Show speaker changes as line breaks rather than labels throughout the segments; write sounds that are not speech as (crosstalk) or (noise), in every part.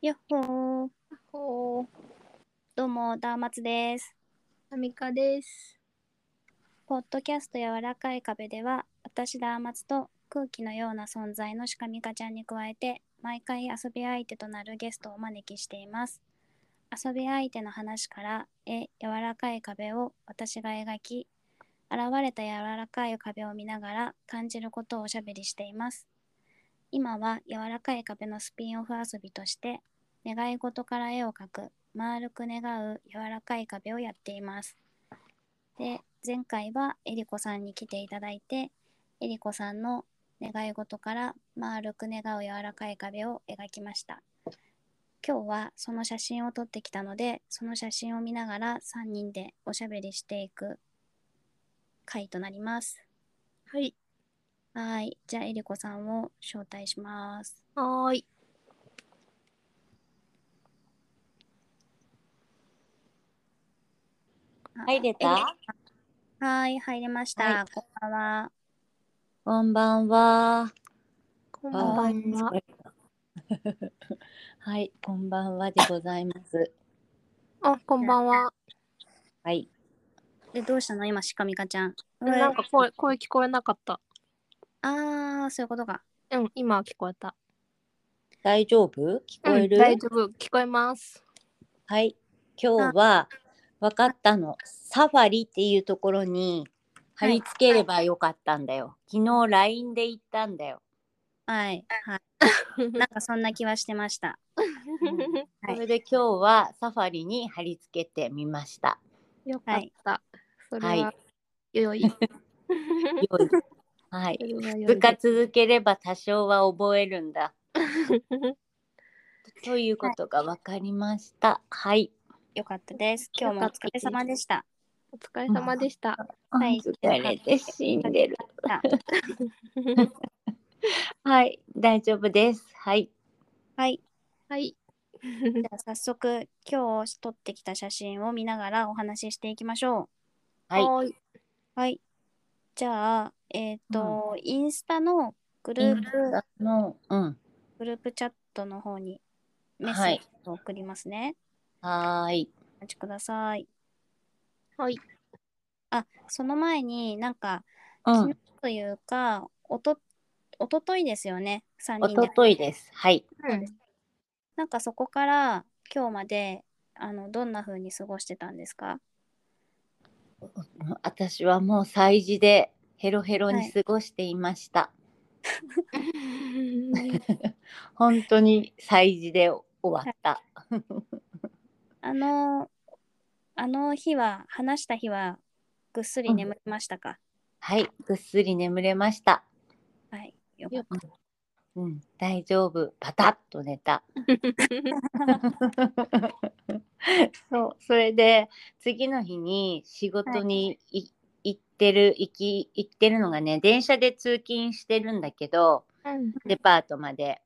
やっほー。
こう、
どうも、ダーマツです。
アミカです。
ポッドキャスト柔らかい壁では、私ダーマツと空気のような存在のシカミカちゃんに加えて、毎回遊び相手となるゲストをお招きしています。遊び相手の話から、え、柔らかい壁を私が描き、現れた柔らかい壁を見ながら感じることをおしゃべりしています。今は柔らかい壁のスピンオフ遊びとして、願い事から絵を描く、丸く願う柔らかい壁をやっています。で、前回はえりこさんに来ていただいて、えりこさんの願い事から丸く願う柔らかい壁を描きました。今日はその写真を撮ってきたので、その写真を見ながら3人でおしゃべりしていく回となります。
はい。
はい。じゃあ、えりこさんを招待します。
はーい。
入れた
はい、入れました。
は
こんばんは。
こんばんは。
こん
ば
ば
んは
んは。
はい、こんばんはでございます。
あ、こんばんは。
はい。
で、どうしたの今、しかみかちゃん。
えなんか声、声聞こえなかった。
ああ、そういうことか。
うん、今は聞こえた。
大丈夫聞こえる、
うん、大丈夫、聞こえます。
はい。今日は、わかったの。サファリっていうところに貼り付ければよかったんだよ。昨日 LINE で行ったんだよ。
はい。はい。なんかそんな気はしてました。はい
それで今日はサファリに貼り付けてみました。
よかった。それは
は、
良
(laughs)
い。
よい (laughs) はい
そ。れは良い
部が続ければ多少は覚えるんだ。ということが分かりました。はい。
よかったです。今日もお疲れ様でした。
お疲れ様でした。
はい
疲れて死んでる。はい、大丈夫です。はい。
はい。
はい。
じゃあ早速、今日撮ってきた写真を見ながらお話ししていきましょ
はい。
はーい。
う。はい。じゃあ、えっ、と、インスタのグループ、
の、うん。
グループチャットの方にメッセ
は
ー
い
ジを送りますね。
はーい。
お待ちください。
はい。
あ、その前になんか、
う
昨
ん
日。というか、おと、おとといですよね。3
お
人
と
で。
といです。はい。
うん
なんかそこから今日まであのどんな風に過ごしてたんですか
私はもう催事でヘロヘロに過ごしていました。本当に催事で終わった。
あのあの日は話した日はぐっすり眠りましたか、
はい。ぐっすり眠れました。
はいよかっ
うん。大丈夫。パタッと寝た。 (laughs) そうそれで次の日に仕事にい行ってる行き行ってるのがね電車で通勤してるんだけど
うん
デパートまで。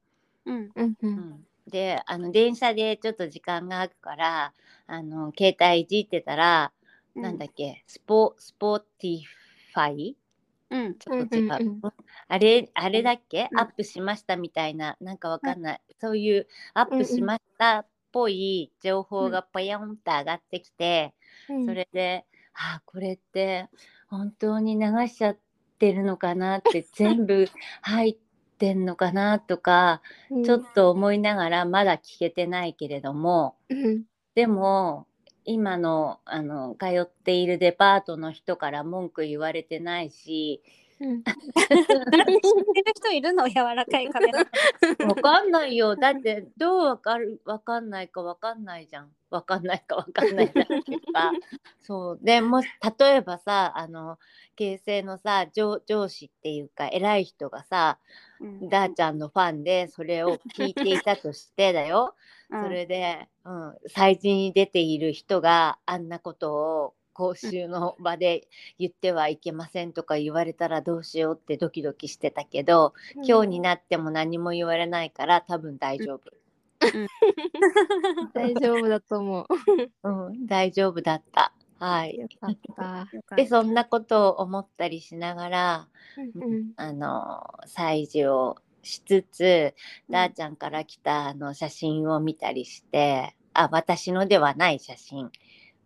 うん
うんう
うんんであの電車でちょっと時間が空くからあの携帯いじってたら、なんだっけスポスポティファイ (laughs)
うん
ちょっと違う、
うんうん
あれあれだっけ、
うん
アップしましたみたいななんかわかんない、そういうアップしましたっぽい情報がパヤンと上がってきて、
うん
それで、あこれって本当に流しちゃってるのかなって
(laughs)
全部入ってんのかなとか
うん
ちょっと思いながらまだ聞けてないけれども
うん
でも今のあの通っているデパートの人から文句言われてないし
うん
寝る人いるの柔らかい
(laughs)
壁
わかんないよだってどうわかるわかんないかわかんないじゃんわかんないかわかんないじゃんとかそうでもし例えばさあの形成のさ上上司っていうか偉い人がさ
うん
ダーちゃんのファンでそれを聞いていたとしてだよ
うん
それで、うん、催事に出ている人があんなことを講習の場で言ってはいけませんとか言われたらどうしようってドキドキしてたけど、今日になっても何も言われないから多分大丈夫、
大丈夫だと思う。
うん大丈夫だったはい
よかった。
よかった
でそんなことを思ったりしながら
うん
あの催事をしつつ、だーちゃんから来たあの写真を見たりしてあ私のではない写真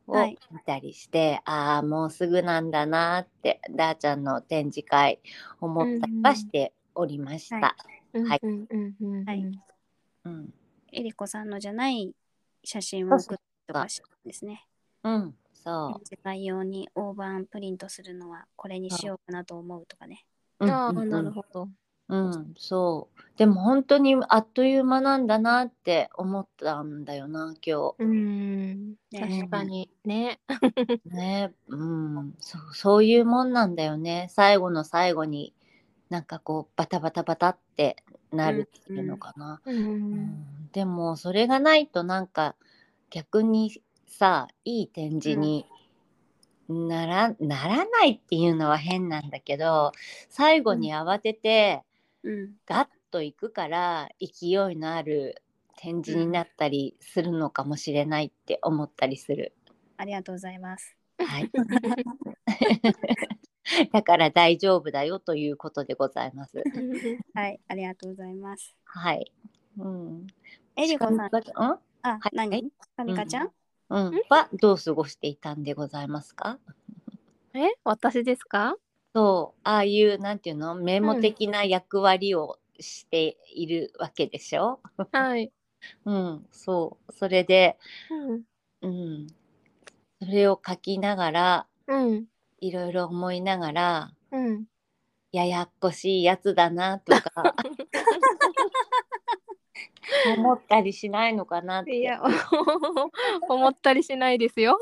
を
はい
見たりして、ああもうすぐなんだなってだーちゃんの展示会思ったりはしておりました。
うんは
うん
はい
うんうんうん
はい
うん
えりこさんのじゃない写真を送ったりとかしたんですね。
うん、そ
世界用に大判プリントするのはこれにしようかなと思うとかね。
う。うん
ああ、
うんうん
なるほど。
うん、そう。でも本当にあっという間なんだなって思ったんだよな、今
うん。
ね
確かにね。
日。ね、うん、そう、そういうもんなんだよね。最後の最後に、なんかこう、バタバタバタってなるっていうのかな。
う
うん
ん。
でも、それがないと、なんか、逆にさ、いい展示になら、ならないっていうのは変なんだけど、最後に慌てて、
うん。
ガッと行くから勢いのある展示になったりするのかもしれないって思ったりする。
ありがとうございます。 (laughs)
はい、だから大丈夫だよということでございます。
はい、ありがとうございます。
はい。うん。
えりこさん、
鹿肉うん
あ、
いはい
何かみかちゃん、
うん、はどう過ごしていたんでございますか
え、私ですか
そうああいうなんていうのメモ的な役割をしているわけでしょ、
はい。
うん、そうそれで、
うん
うん、それを書きながら
うん。
いろいろ思いながら
うん。
ややっこしいやつだなとか思ったりしないのかなって
いや、 (laughs) 思ったりしないですよ。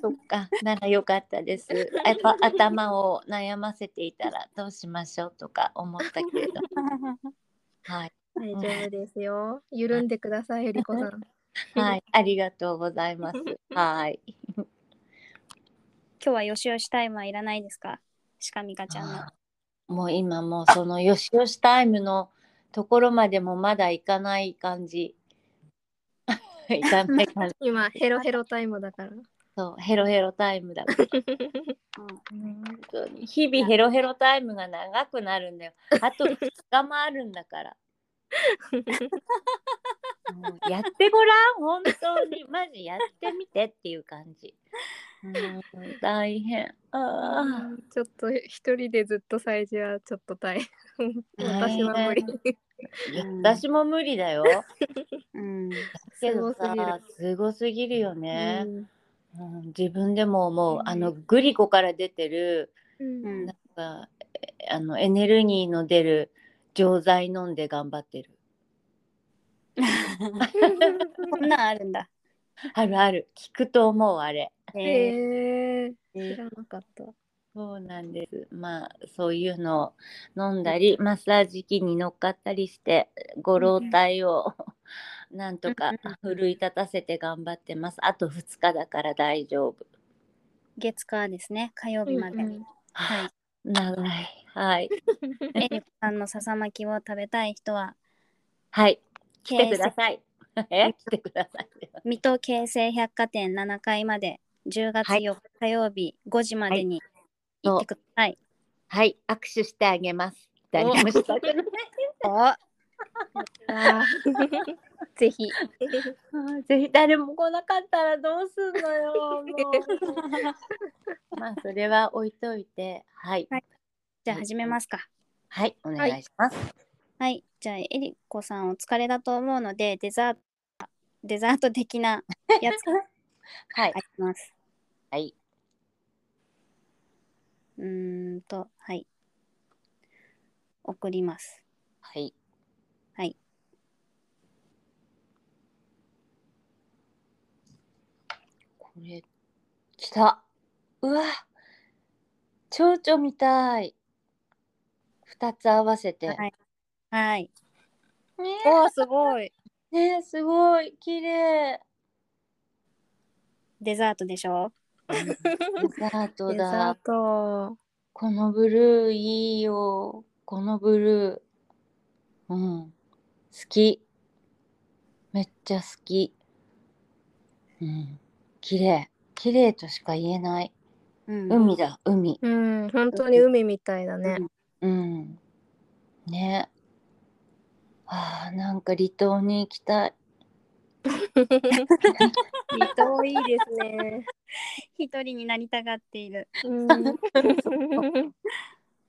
そっかならよかったですやっぱ頭を悩ませていたらどうしましょうとか思ったけれどはい、
大
(laughs)
丈夫ですよ。緩んでください、ゆりこさん。
はい、ありがとうございますはい
今日はよしよしタイムはいらないですかしかみかちゃんの。
もう今もうそのよしよしタイムのところまでもまだ行かない感じ (laughs) 行かない感じ
(laughs) 今、ヘロヘロタイムだから。
そうヘロヘロタイムだから本当に日々ヘロヘロタイムが長くなるんだよ。あと2日もあるんだから。もうやってごらん本当にマジやってみてっていう感じ。もう大変。ああ
ちょっと一人でずっと催事はちょっと大 (laughs) 変。私は無理。
いや私も無理だよ。
うん。うん。
けど
すごすぎる
さすごすぎるよね、うん自分でも思う
うん
あのグリコから出てる
うん (laughs)
うん
なんかえあのエネルギーの出る錠剤飲んで頑張ってる。
こんなんあるんだ。
あるある聞くと思うあれ。
えー
へえ知らなかった。
そうなんです。まあそういうのを飲んだり、マッサージ機に乗っかったりしてご老体を (laughs) なんとか奮い立たせて頑張ってます。あと2日だから大丈夫。
月火ですね、火曜日まで。
うんうん
はい。
長い。はい。
えりこさんのささ巻きを食べたい人は、
はい。来て
京
く
成
ださい。 (laughs) え来てください。
水戸京成百貨店7階まで10月
はい
4日火曜日5時までに行ってください。
はい。握手してあげます。誰もしたくない。
あーぜひ。
うん (laughs) ぜひ誰も来なかったらどうすんのよ。もう (laughs) まあそれは置いといて、はい、
はいじゃあ始めますか。
はい、お願いします。
はい。じゃあ、えりこさんお疲れだと思うので、デザート、デザート的
(laughs)
なやつ
はい
あ、ります。
はい、
うーんと、はい。送ります。
はい、これ来た。うわ、蝶々みたい。二つ合わせて。
はい。はい。
ね
おーすごい。
え、ねえすごい綺麗。
デザートでしょ
デザート
デザ
だ
ー。ト。
このブルーいいよ。このブルー。うん。好き。めっちゃ好き。うん。綺麗。綺麗としか言えない。
うん。
海だ、海。
うん、本当に海みたいだね。
うん
うん。ね。ああ、なんか離島に行きたい。
離島いいですね。
一人になりたがっている。
うん。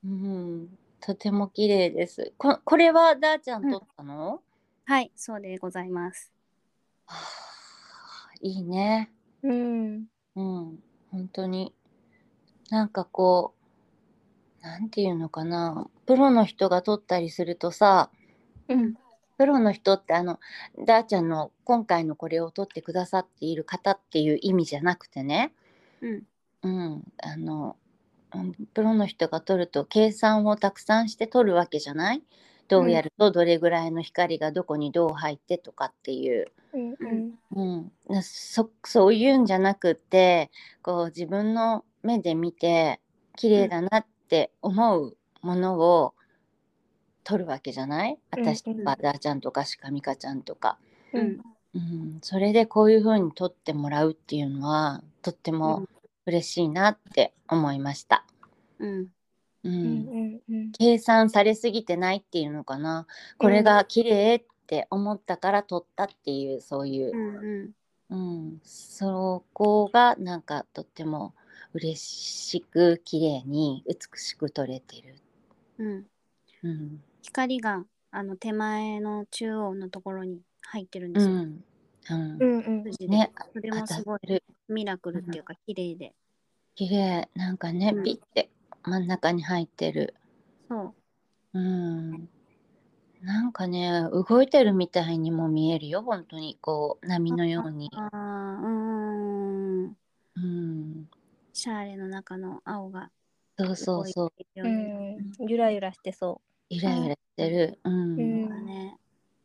うん。とても綺麗です。こ、これはダーちゃん撮ったの、
はい、そうでございます。
はあいいね。
うん。
うん。本当に。なんかこう、なんていうのかな。プロの人が撮ったりするとさ、
うん。
プロの人ってあの、ダーちゃんの今回のこれを撮ってくださっている方っていう意味じゃなくてね、
うん。
うん、あの、うんプロの人が撮ると計算をたくさんして撮るわけじゃないどうやるとどれぐらいの光がどこにどう入ってとかっていう。
うん。
うん、なそそういうんじゃなくってこう自分の目で見て綺麗だなって思うものを撮るわけじゃない
うん
私とかダーちゃんとかシカミカちゃんとか、
うん。
うん、それでこういう風に撮ってもらうっていうのはとって
う
も
ん
嬉しいなって思いました。
うん。
う
う
ん
ん。うん。
計算されすぎてないっていうのかなこれが綺麗って思ったから撮ったっていうそういう
う。ん。
うん、そこがなんかとっても嬉しく綺麗に美しく撮れてる。
うん。
うん、
光が、あの、手前の中央のところに入ってるんで
う
すよ。
ん、うん
う、ん。
筋で
ね、
それ
当
も
た
す
っ
ごい
てる。
ミラクルっていうか、綺麗で。
綺麗、なんかね
うん、
ピッて真ん中に入ってる。
そう。
うん。なんかね、動いてるみたいにも見えるよ、本当にこう波のように。
ああ、うんうん。
うん、
シャーレの中の青が
そうそうそう、
動いてる
う
ように。
ん。ゆらゆらしてそ
ゆらゆらしてる。うん。
そ
う。
うだね。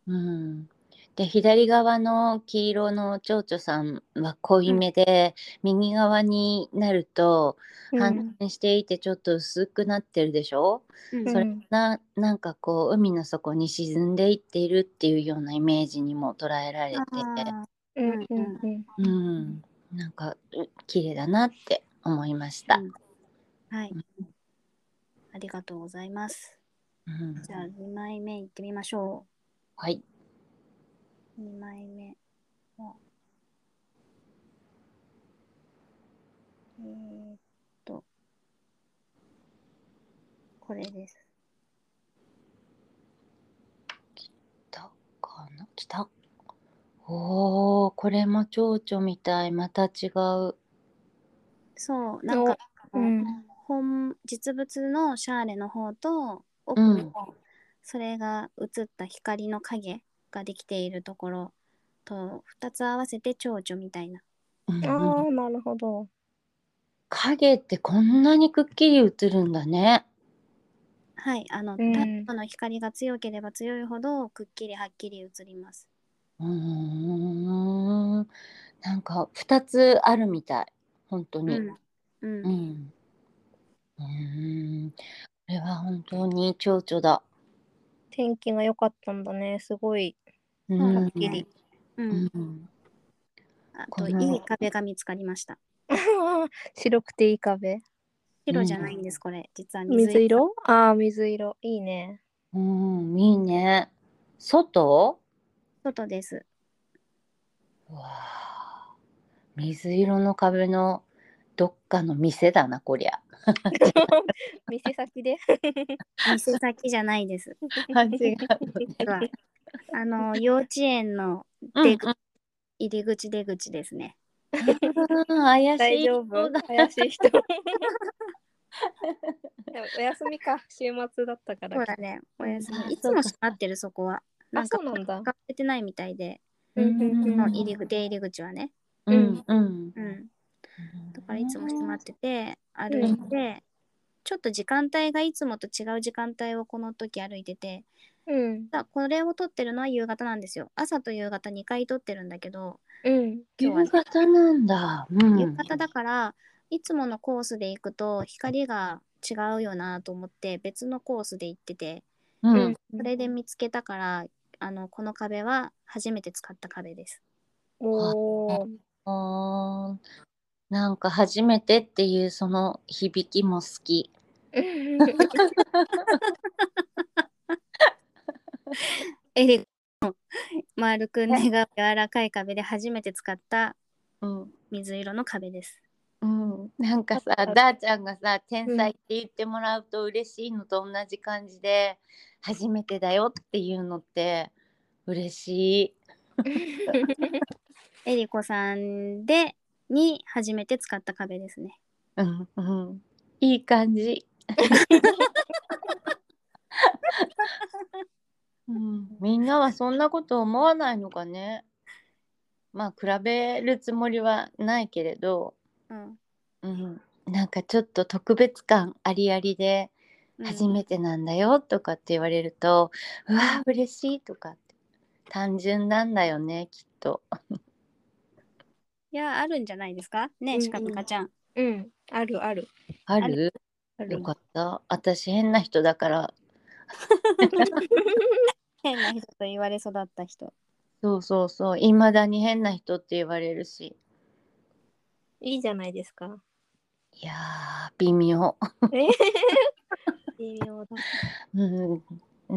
うん、で左側の黄色の蝶々さんは濃いめで、右側になると反転していてちょっと薄くなってるでしょ、
うん
それななんかこう海の底に沈んでいっているっていうようなイメージにも捉えられて、
あ
うん。うん。
うん、なんかう綺麗だなって思いました。
うんーはい
うん。
ありがとうございます。
うん
じゃあ2枚目いってみましょ
はい、
う。2枚目は。えー、っと。これです。
どこの来たおーこれも蝶々みたいまた違う。
そう、なんか、
おうん
本実物のシャーレの方と奥
う
の、
ん
それが映った光の影ができているところと2つ合わせて蝶々みたいな。
うんうん
ああ、なるほど。
影ってこんなにくっきり映るんだね。
はい、あの、
うん
太陽の光が強ければ強いほどくっきりはっきり映ります。
うーん。なんか二つあるみたい。本当
う
に。
ん、うん
う、ん。うーん。これは本当に蝶々だ。
天気が良かったんだね。すごい。 (laughs)
う
うん
ん。
はっきり。
う、
うんん。
あ
ことの
いい壁が見つかりました。
白くていい壁。
白じゃないんです、これ、実は
水。色ああ、水色。いい (laughs) ね。
うん、いいね。外
外です。
うわあ水色の壁のどっかの店だな、こり
(laughs)
ゃ。
店先で。
店先じゃないです。
あ違う
実はあの幼稚園の
うんうん
入り口出口ですね。
あー怪しい。
大丈夫怪しい人。 (laughs) でもお休みか。週末だったから。
そうだね。お休
あ
み。いつも閉まってるそこは。なんか
あそうなんだ
使ってないみたいで、
うんうんうん
もう入り口出入り口はね。
うんうん。
うん。だからいつも閉まってて、歩
ん
いて、ちょっと時間帯がいつもと違う時間帯をこの時歩いてて、
うん。
だこれを撮ってるのは夕方なんですよ。朝と夕方2回撮ってるんだけど、
うん。
今日は
夕方なんだ。うん、
夕方だから、いつものコースで行くと光が違うよなと思って別のコースで行ってて、
うん。
それで見つけたから、あのこの壁は初めて使った壁です。
お (laughs) ー
あーなんか初めてっていうその響きも好き。
エリコの (laughs) 丸く根が柔らかい壁で初めて使った
うん
水色の壁です。
うん、なんかさダーちゃんがさ「天才」って言ってもらうと嬉しいのと同じ感じで「初めてだよ」っていうのって嬉しい。
エリコさんでに初めて使った壁ですね。
うんうん、いい感じ。うん、みんなはそんなこと思わないのかね。まあ比べるつもりはないけれど、
うん。
うん、なんかちょっと特別感ありありで
う
「
ん
初めてなんだよ」とかって言われると「うわ嬉しい」とかって単純なんだよねきっと。
いや、あるんじゃないですかね
うん
え、しかみかちゃん。
うん、あるある。
ある
ある
よかった私変な人だから
変な人と言われ育った人。
そうそうそういまだに変な人って言われるし
いいじゃないですか。
いやー微妙、
微妙だ。
うん、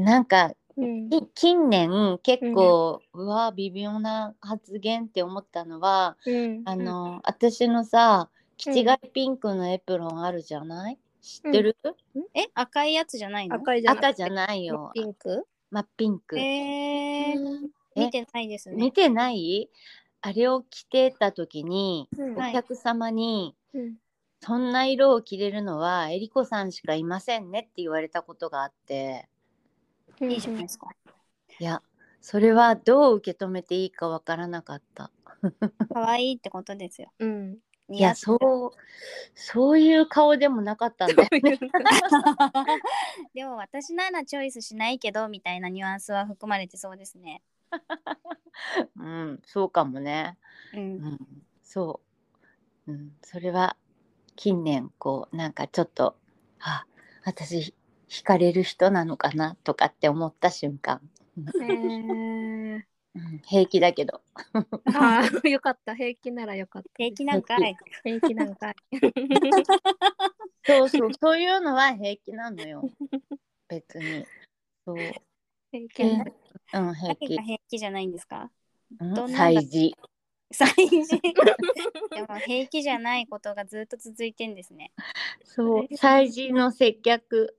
なんか
うん。
い近年結構、うわー微妙な発言って思ったのは
うん。
あの、私のさキチガイピンクのエプロンあるじゃない、知ってる、
え、赤いやつじゃないの
赤いじゃな
赤
い。
じゃないよ
ピンク。
真っピンク、
えー、
え
見てないです
見
ね。
てないあれを着てた時に
うん
お客様に、
うん。
そんな色を着れるのはえりこさんしかいませんねって言われたことがあって
いいじゃないですか。
いやそれはどう受け止めていいかわからなかった
可愛いってことですよ。
うん。
い
似合
や
って
そうそういう顔でもなかったんだよね
(laughs) でも私ならチョイスしないけどみたいなニュアンスは含まれてそうですね。
うんそうかもね
うん。
うん、そう、うん、それは近年こうなんかちょっとあ私惹かれる人なのかなとかって思った瞬間、
え
うん、平気だけど
ー、あ (laughs) あ、よかった。平気ならよかった。
平気なんかい。
平気なん (laughs) か。
そうそうそういうのは平気なのよ別にそう、
平気
え
な
うん、平
誰
気
が平気じゃないんですか
うん
どんな
催事
最近 (laughs) でも平気じゃないことがずっと続いてんですね。
そう催事の接客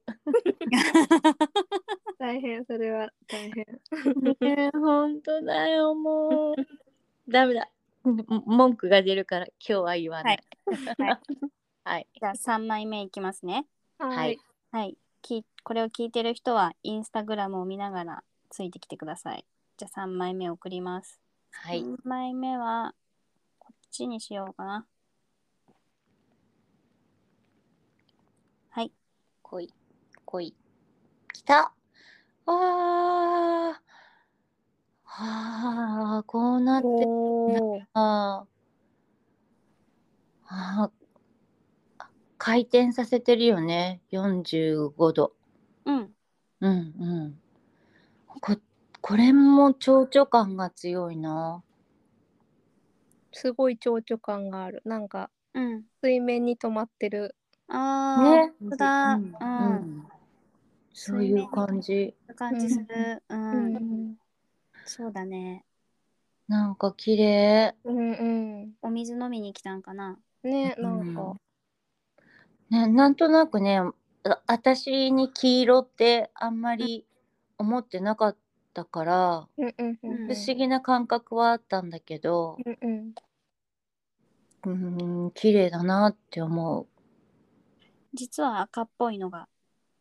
大変、それは大変。
(laughs) ね本当だよもうダメだ文句が出るから今日は言わない、 (laughs) はい
じゃあ3枚目いきますね。
はい。
はい。きこれを聞いてる人はインスタグラムを見ながらついてきてください。じゃあ3枚目送ります。
はい
3枚目はこっちにしようかな。はい。
来い来い来たあーあーこうなって
おお。
ああー回転させてるよね45度
うん。
うんうんここれも蝶々感が強いな
すごい蝶々感がある。なんか
うん。
水面に止まってる。
ああ、
ね
本当だ。う。
うんんうんそういう感じ
感じする。う。
うんん。
そうだね。
なんか綺麗
うんうん。
お水飲みに来たんかな。
ね、なんか。
ね、なんとなくねあ私に黄色ってあんまり思ってなかったから、
うんうんうんん。
不思議な感覚はあったんだけど
うんうん。
うん綺麗だなって思
実は赤っぽいのが。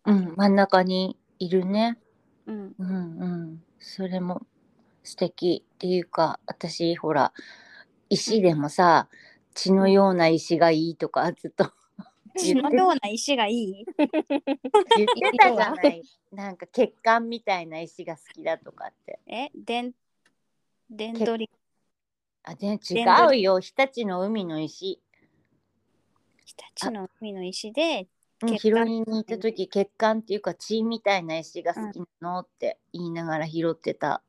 う、うん、真ん中にいるね
うん。
うんうんそれも素敵っていうか私ほら石でもさ血のような石がいいとかずっ (laughs) と
血のような石がいい。
言ってたじゃないなんか血管みたいな石が好きだとかって。
え、でん。でんどり。
あ、全
電
違
動
うよ。日立の海の石。
日立の海の石で。
うん
血
拾
管
いに行った時、血管っていうか血みたいな石が好きなのって言いながら拾ってた。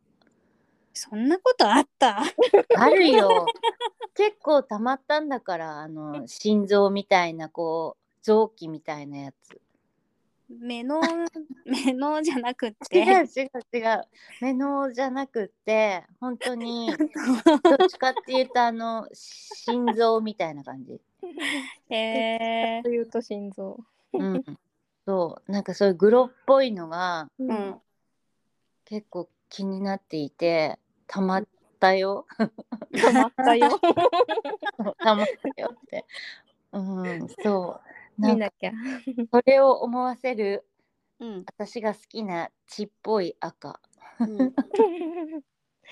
そんなことあった。
ある (laughs) よ。結構溜まったんだから、あの心臓みたいなこう臓器みたいなやつ。
目
(laughs)
の目のじゃなくっ
違う
て
違う違う目のじゃなくって本当 (laughs) にどっちかっていうとあの心臓みたいな感じ、
えー
というと心臓。
うん、そうなんかそういうグロっぽいのが
う、
うん
結構気になっていてたまったよ (laughs)
止まったよ。
たまったよってうんそうな
(laughs) 見
んか
なき (laughs) ゃ。
それを思わせる
うん
私が好きな血っぽい赤
うん、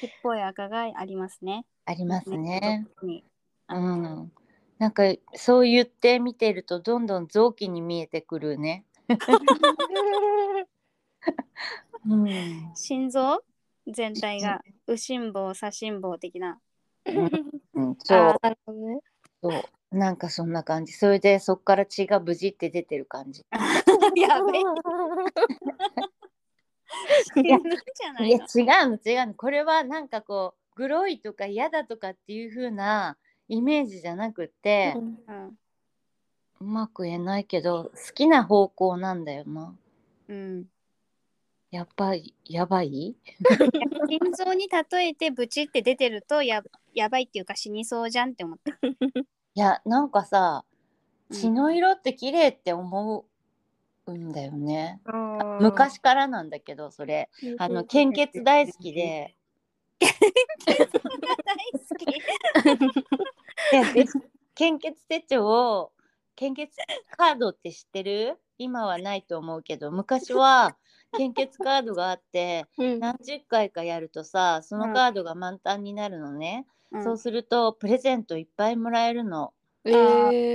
血っぽい赤がありますね。
ありますね。
特に
うん、なんかそう言って見てるとどんどん臓器に見えてくるね。うん、
心臓全体が右心房左心房的な。
うん
あ
そ
ー
う
なるほどね。
そうなんかそんな感じそれでそっから血が無事って出てる感じ。
(laughs) やべえ死ぬんじゃないい
や
の。
違うの違うのこれはなんかこうグロいとか嫌だとかっていう風なイメージじゃなくて、うまく言えないけど好きな方向なんだよな。
うん、
やっぱりやばい
うん、心臓に例えてブチって出てるとややばいっていうか死にそうじゃんって思った。 (laughs)
いやなんかさ
うん
血の色って綺麗って思うんだよね、
あー
昔からなんだけどそれあの献血大好
(laughs)
きで
大好き。
いやで献血手帳を献血カードって知ってる今はないと思うけど昔は献血カードがあって
うん
何十回かやるとさそのカードが満タンになるのね、
うん
そうするとプレゼントいっぱいもらえるの
え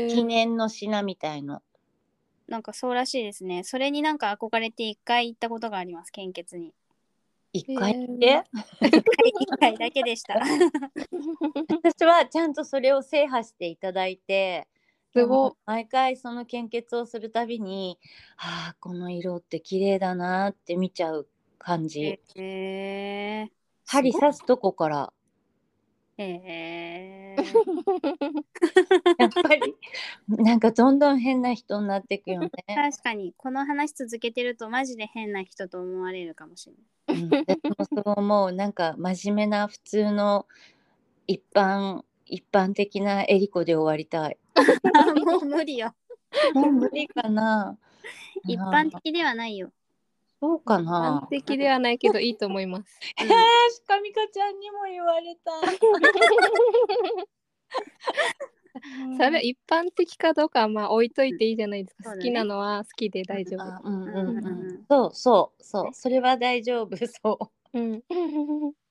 ー
記念の品みたいの
なんかそうらしいですね。それになんか憧れて一回行ったことがあります、献血に。
一回
えー
で、
一回だけで (laughs) した。
私はちゃんとそれを制覇していただいて
すごっ
でも毎回その献血をするたびに「ああこの色って綺麗だな」って見ちゃう感
へ
じ、
え
針刺すとこから
ー。へえ
やっぱりなんかどんどん変な人になってくよね。
確かにこの話続けてるとマジで変な人と思われるかもしれない。
うん、私もそう思うなんか真面目な普通の一般一般的なエリコで終わりたい。
あ (laughs) もう無理よ。。
もう無理かな
一般的ではないよ。
そうか
完
な。
璧ではないけどいいと思い (laughs) ます。
え
う
ー、
ん
しかみかちゃんにも言われた。
それは一般的かどうかはまあ置いといていいじゃないですか。
そうだ
好
ね
きなのは好きで大丈夫。
あうんうん
うん
う
うんうん
ん。そうそうそう。それは大丈夫 (laughs) そう。
(laughs) うん。
こ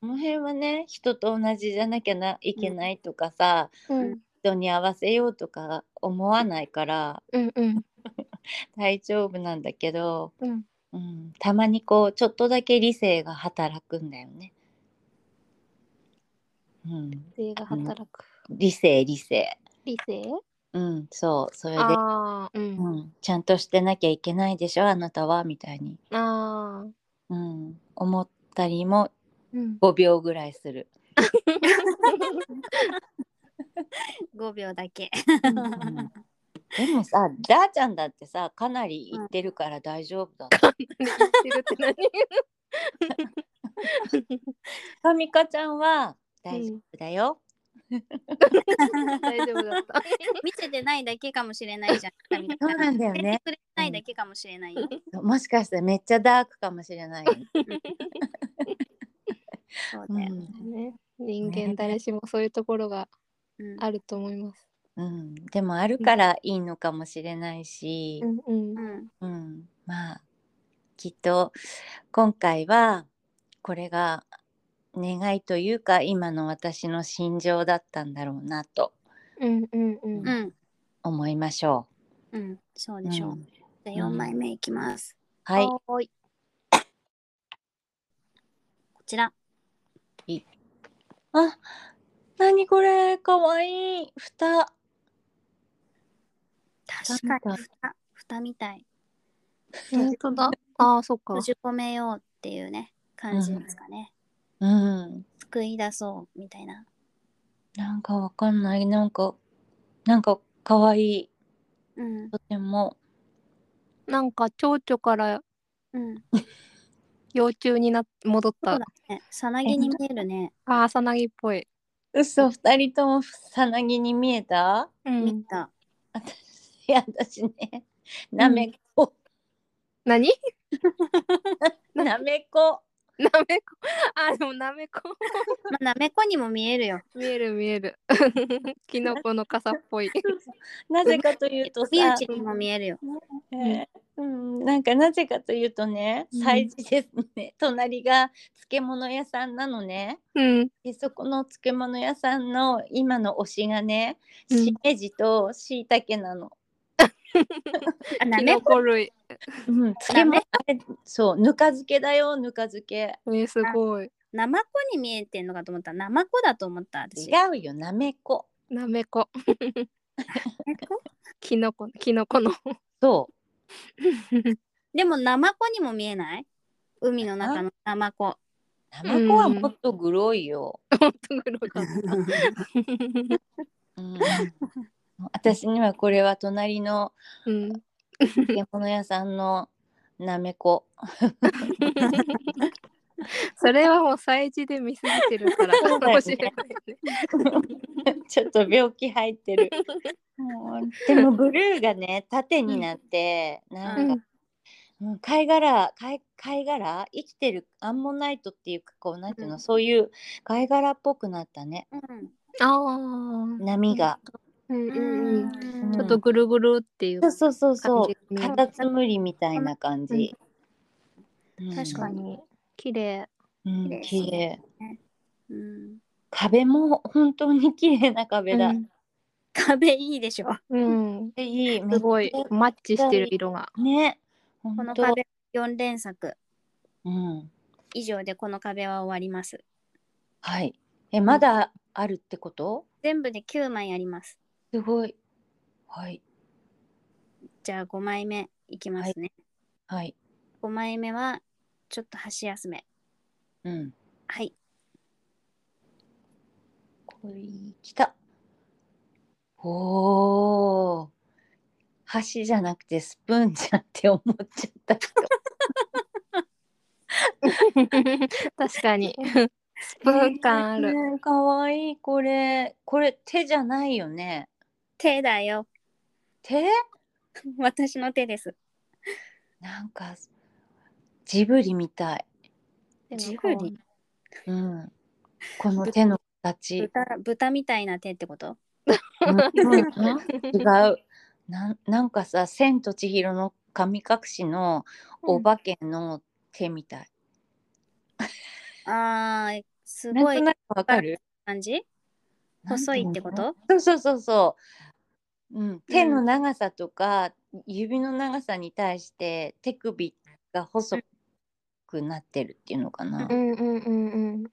の辺はね、人と同じじゃなきゃないけないとかさ、
うん
人に合わせようとか思わないから
うんうん
大丈夫なんだけど、
うん。
うん、たまにこうちょっとだけ理性が働くんだよね。うん、
性が働く。
理性理性。
理性
うん、そうそれで、
ああ、う。
うんん、ちゃんとしてなきゃいけないでしょあなたはみたいに、
ああ。
うん、思ったりも
(laughs) うん。
5秒ぐらいする。
5秒だけ。 (laughs)
(laughs) でもさ、ダーちゃんだってさ、かなり行ってるから大丈夫だね。
言ってるって何
かみかちゃんは大丈夫だよ。
大丈夫だった。
見せてないだけかもしれないじゃん。
そうなんだよ
見せて
ね。
くれてないだけかもしれないよ。
もしかしてめっちゃダークかもしれないよね。
そう
う
だよ。
ん
(laughs) ね、人間誰しもそういうところが
うん
あると思います。
うん、でもあるからいいのかもしれないし、
んうん
うん
うん、まあきっと今回はこれが願いというか今の私の心情だったんだろうなと
うんうんう。
うんん
思いましょ
うん。そう
う。
でしょ
う。
うんじゃあ4枚目いきます。
はい。
ーい。こちら。
あ、なにこれ、かわいい。蓋。
確かに
蓋み
蓋蓋みたい。
本当だ。ああ、そっか
閉じ込めようっていうね感じですかね。
うん。
救い出そうみたいな。
なんかわかんない。なんか、なんかかわいい。
うん。
とても。
なんか蝶々から
うん。
幼虫にな戻っ
そ
た
うだね。さなぎに見えるね。
あさなぎっぽい、
嘘二人ともさなぎに見えた
う
見
ん、
た。
私いや私ねなめこ、
何
(laughs)
(laughs)
なめこ
なめこあでもなめこ
まあ、なめこにも見えるよ。
見える見える (laughs) キノコの傘っぽい
なぜかというとさ
身内にも見えるよ。
えーうん、なんかなぜかというとね
うん
催事ですね、隣が漬物屋さんなのね
うん
でそこの漬物屋さんの今の推しがね
うん
しめじとしいたけなの、
あ、な
キ
め
ノ
こ。
コ類
うん、漬物あれそうぬか漬けだよぬか漬け
えー、すごい
なまこに見えてんのかと思った。なまこだと思った。私。
違うよなめこ
なめこ
なめこ
(laughs) キノコキノコの
そう
でも、ナマコにも見えない海の中のナマコ。
なめこはもっとグロいよ、
本当グロかった
うん、私にはこれは隣の
うん
漬物屋さんのなめこ
それはもう催事で見すぎてるから
そうだよね
面白いね。
(laughs) ちょっと病気入ってる。もうでもブルーがね縦になって、なんか、うん貝殻貝貝殻生きてるアンモナイトっていうかこうなんていうの、
うん
そういう貝殻っぽくなったね
うん。
ああ。
波が。
うん
う
うんうん。
ん
ちょっとぐるぐるっていう。
そうそうそう
感
そう
じね
カタツムリみたいな感じ。うん
確かに。
綺麗。
うん綺麗、
うん。
壁も本当に綺麗な壁だ。
うん
壁いいでしょ。
うん。
でいい
すごい
めっち
マッチしてる色が。
ゃね。本
こ
当
の壁4連作。
うん。
以上でこの壁は終わります。
はい。えまだあるってこと？
全部で9枚あります。
すごい。はい
じゃあ5枚目いきますね。
はい。
5枚目は、ちょっと箸休め。
うん。
はい。
これ来た。おお。箸じゃなくてスプーンじゃんって思っちゃったけど。
確かに。スプーン (laughs) 感ある。
ねえ。かわいいこれ。これ手じゃないよね。
手だよ。 (laughs)
手？
私の手です。
なんかジブリみたい。
ジブリ
うん。この手の
(laughs)
形。
豚豚みたいな手ってこと
うんうん違うなんなんかさ「千と千尋の神隠し」のお化けの手みたい。
あー、す
な
ご
ん
い
となくわかる
感じ細いってこ
なん
と
いうのそうそうそうそう。うん、手の長さとか、指の長さに対して手首が細くなってるっていうのかな。
うんうんうんうん。
うん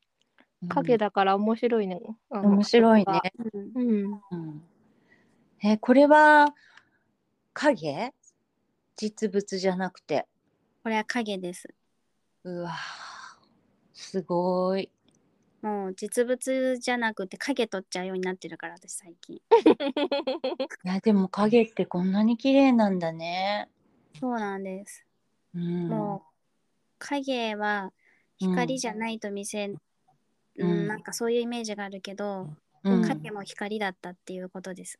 影だから面白いね。あの
面白いね。
うん
うん。
うん、えこれは影実物じゃなくて。
これは影です。
うわーすごい。
もう実物じゃなくて影取っちゃうようになってるから私最近。
いやでも影ってこんなに綺麗なんだね。
そうなんです。
うん、
もう影は光じゃないと見せ、うん
うん
なんかそういうイメージがあるけど、
う、ん、
影も光だったっていうことです。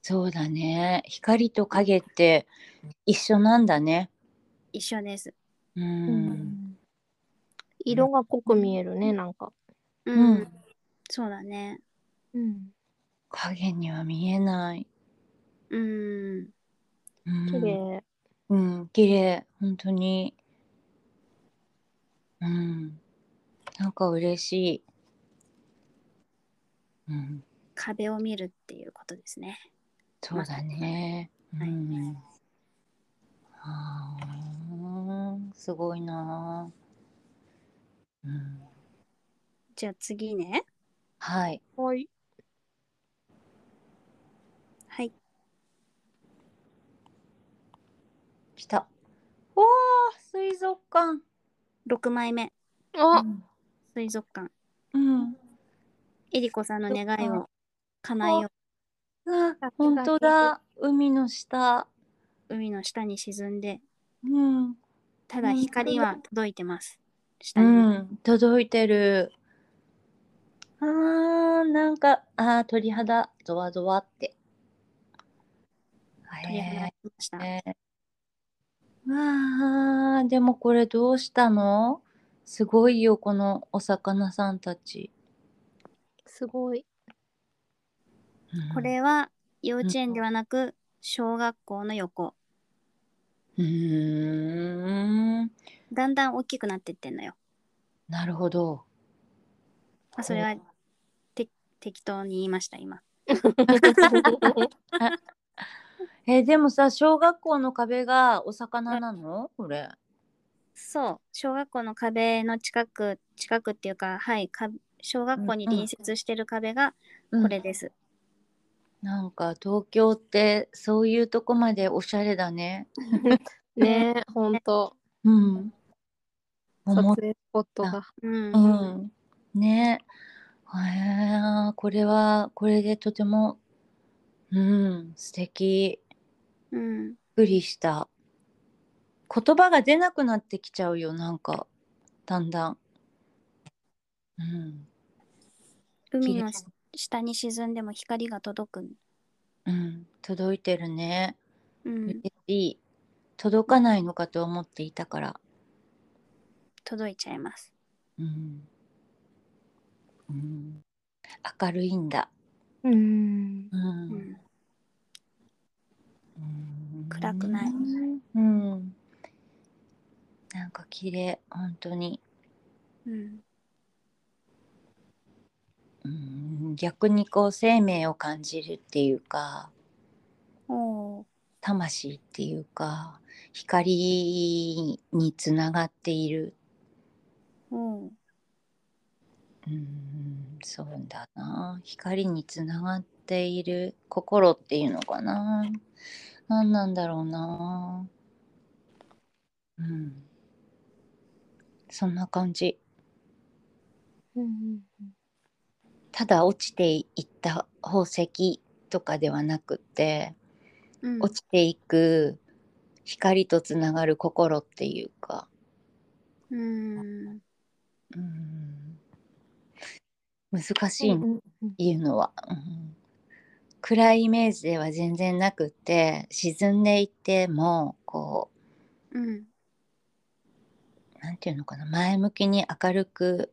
そうだね。光と影って一緒なんだね。
一緒です。
うん。
色が濃く見えるね、なんか。
う、
うんん
そうだね。
うん。
影には見えない。
うん。
うん、
綺。麗。
うん、綺麗。本当に。うん。なんか嬉しい。うん。
壁を見るっていうことですね。
そうだね。
はい
うん。あーすごいなあ。うん。
じゃあ次ね。
はい。
はい。
はい。
来た。おお、水族館。
6枚目。
あ、
水族館。
うん。
えりこさんの願い
そっ
を叶えよ
あ、本当だ。海の下。
海の下に沈んで
うん、
ただ光は届いてます。下
う
に、
ん、届いてる。
あーなんかあー鳥肌ゾワゾワって。
取り上げられました。
えー、わあでもこれどうしたのすごいよこのお魚さんたち。
すご (laughs) い。
これは幼稚園ではなく小学校の横。
うーん
だんだん大きくなってってんのよ。
なるほど。
まあ、それはて適当に言いました今。
えーでもさ小学校の壁がお魚なのこれ。
そう小学校の壁の近く近くっていうかはいか小学校に隣接してる壁がこれです。
なんか東京ってそういうとこまでおしゃれだね。
ねえ、ほんと。
うん。
撮
思っ
影スポットが。
うん。
うん。ね。へえこれはこれでとてもうん素敵び
う
っ
ん
くりした。言葉が出なくなってきちゃうよなんかだんだん。うん。
海の
綺麗
下に沈んでも光が届く。
うん、届いてるね。
うん
嬉、しい。届かないのかと思っていたから。
届いちゃいます。
うん。うん、明るいんだ。
うん。
うん
うん、
うん
暗くない
うん。なんか綺麗、本当に。
うん、
うん、逆にこう生命を感じるっていうか、
おお、
魂っていうか、光につながっている。
おう
うん、そうだな。光につながっている心っていうのかな。何なんだろうな。うん。そんな感じ。
うん
ただ落ちていった宝石とかではなくて、
うん、
落ちていく光とつながる心っていうか、
うん、
うん、難しいな
うん
いうのは、うん、暗いイメージでは全然なくって沈んでいってもこ
うん、
うなんていうのかな前向きに明るく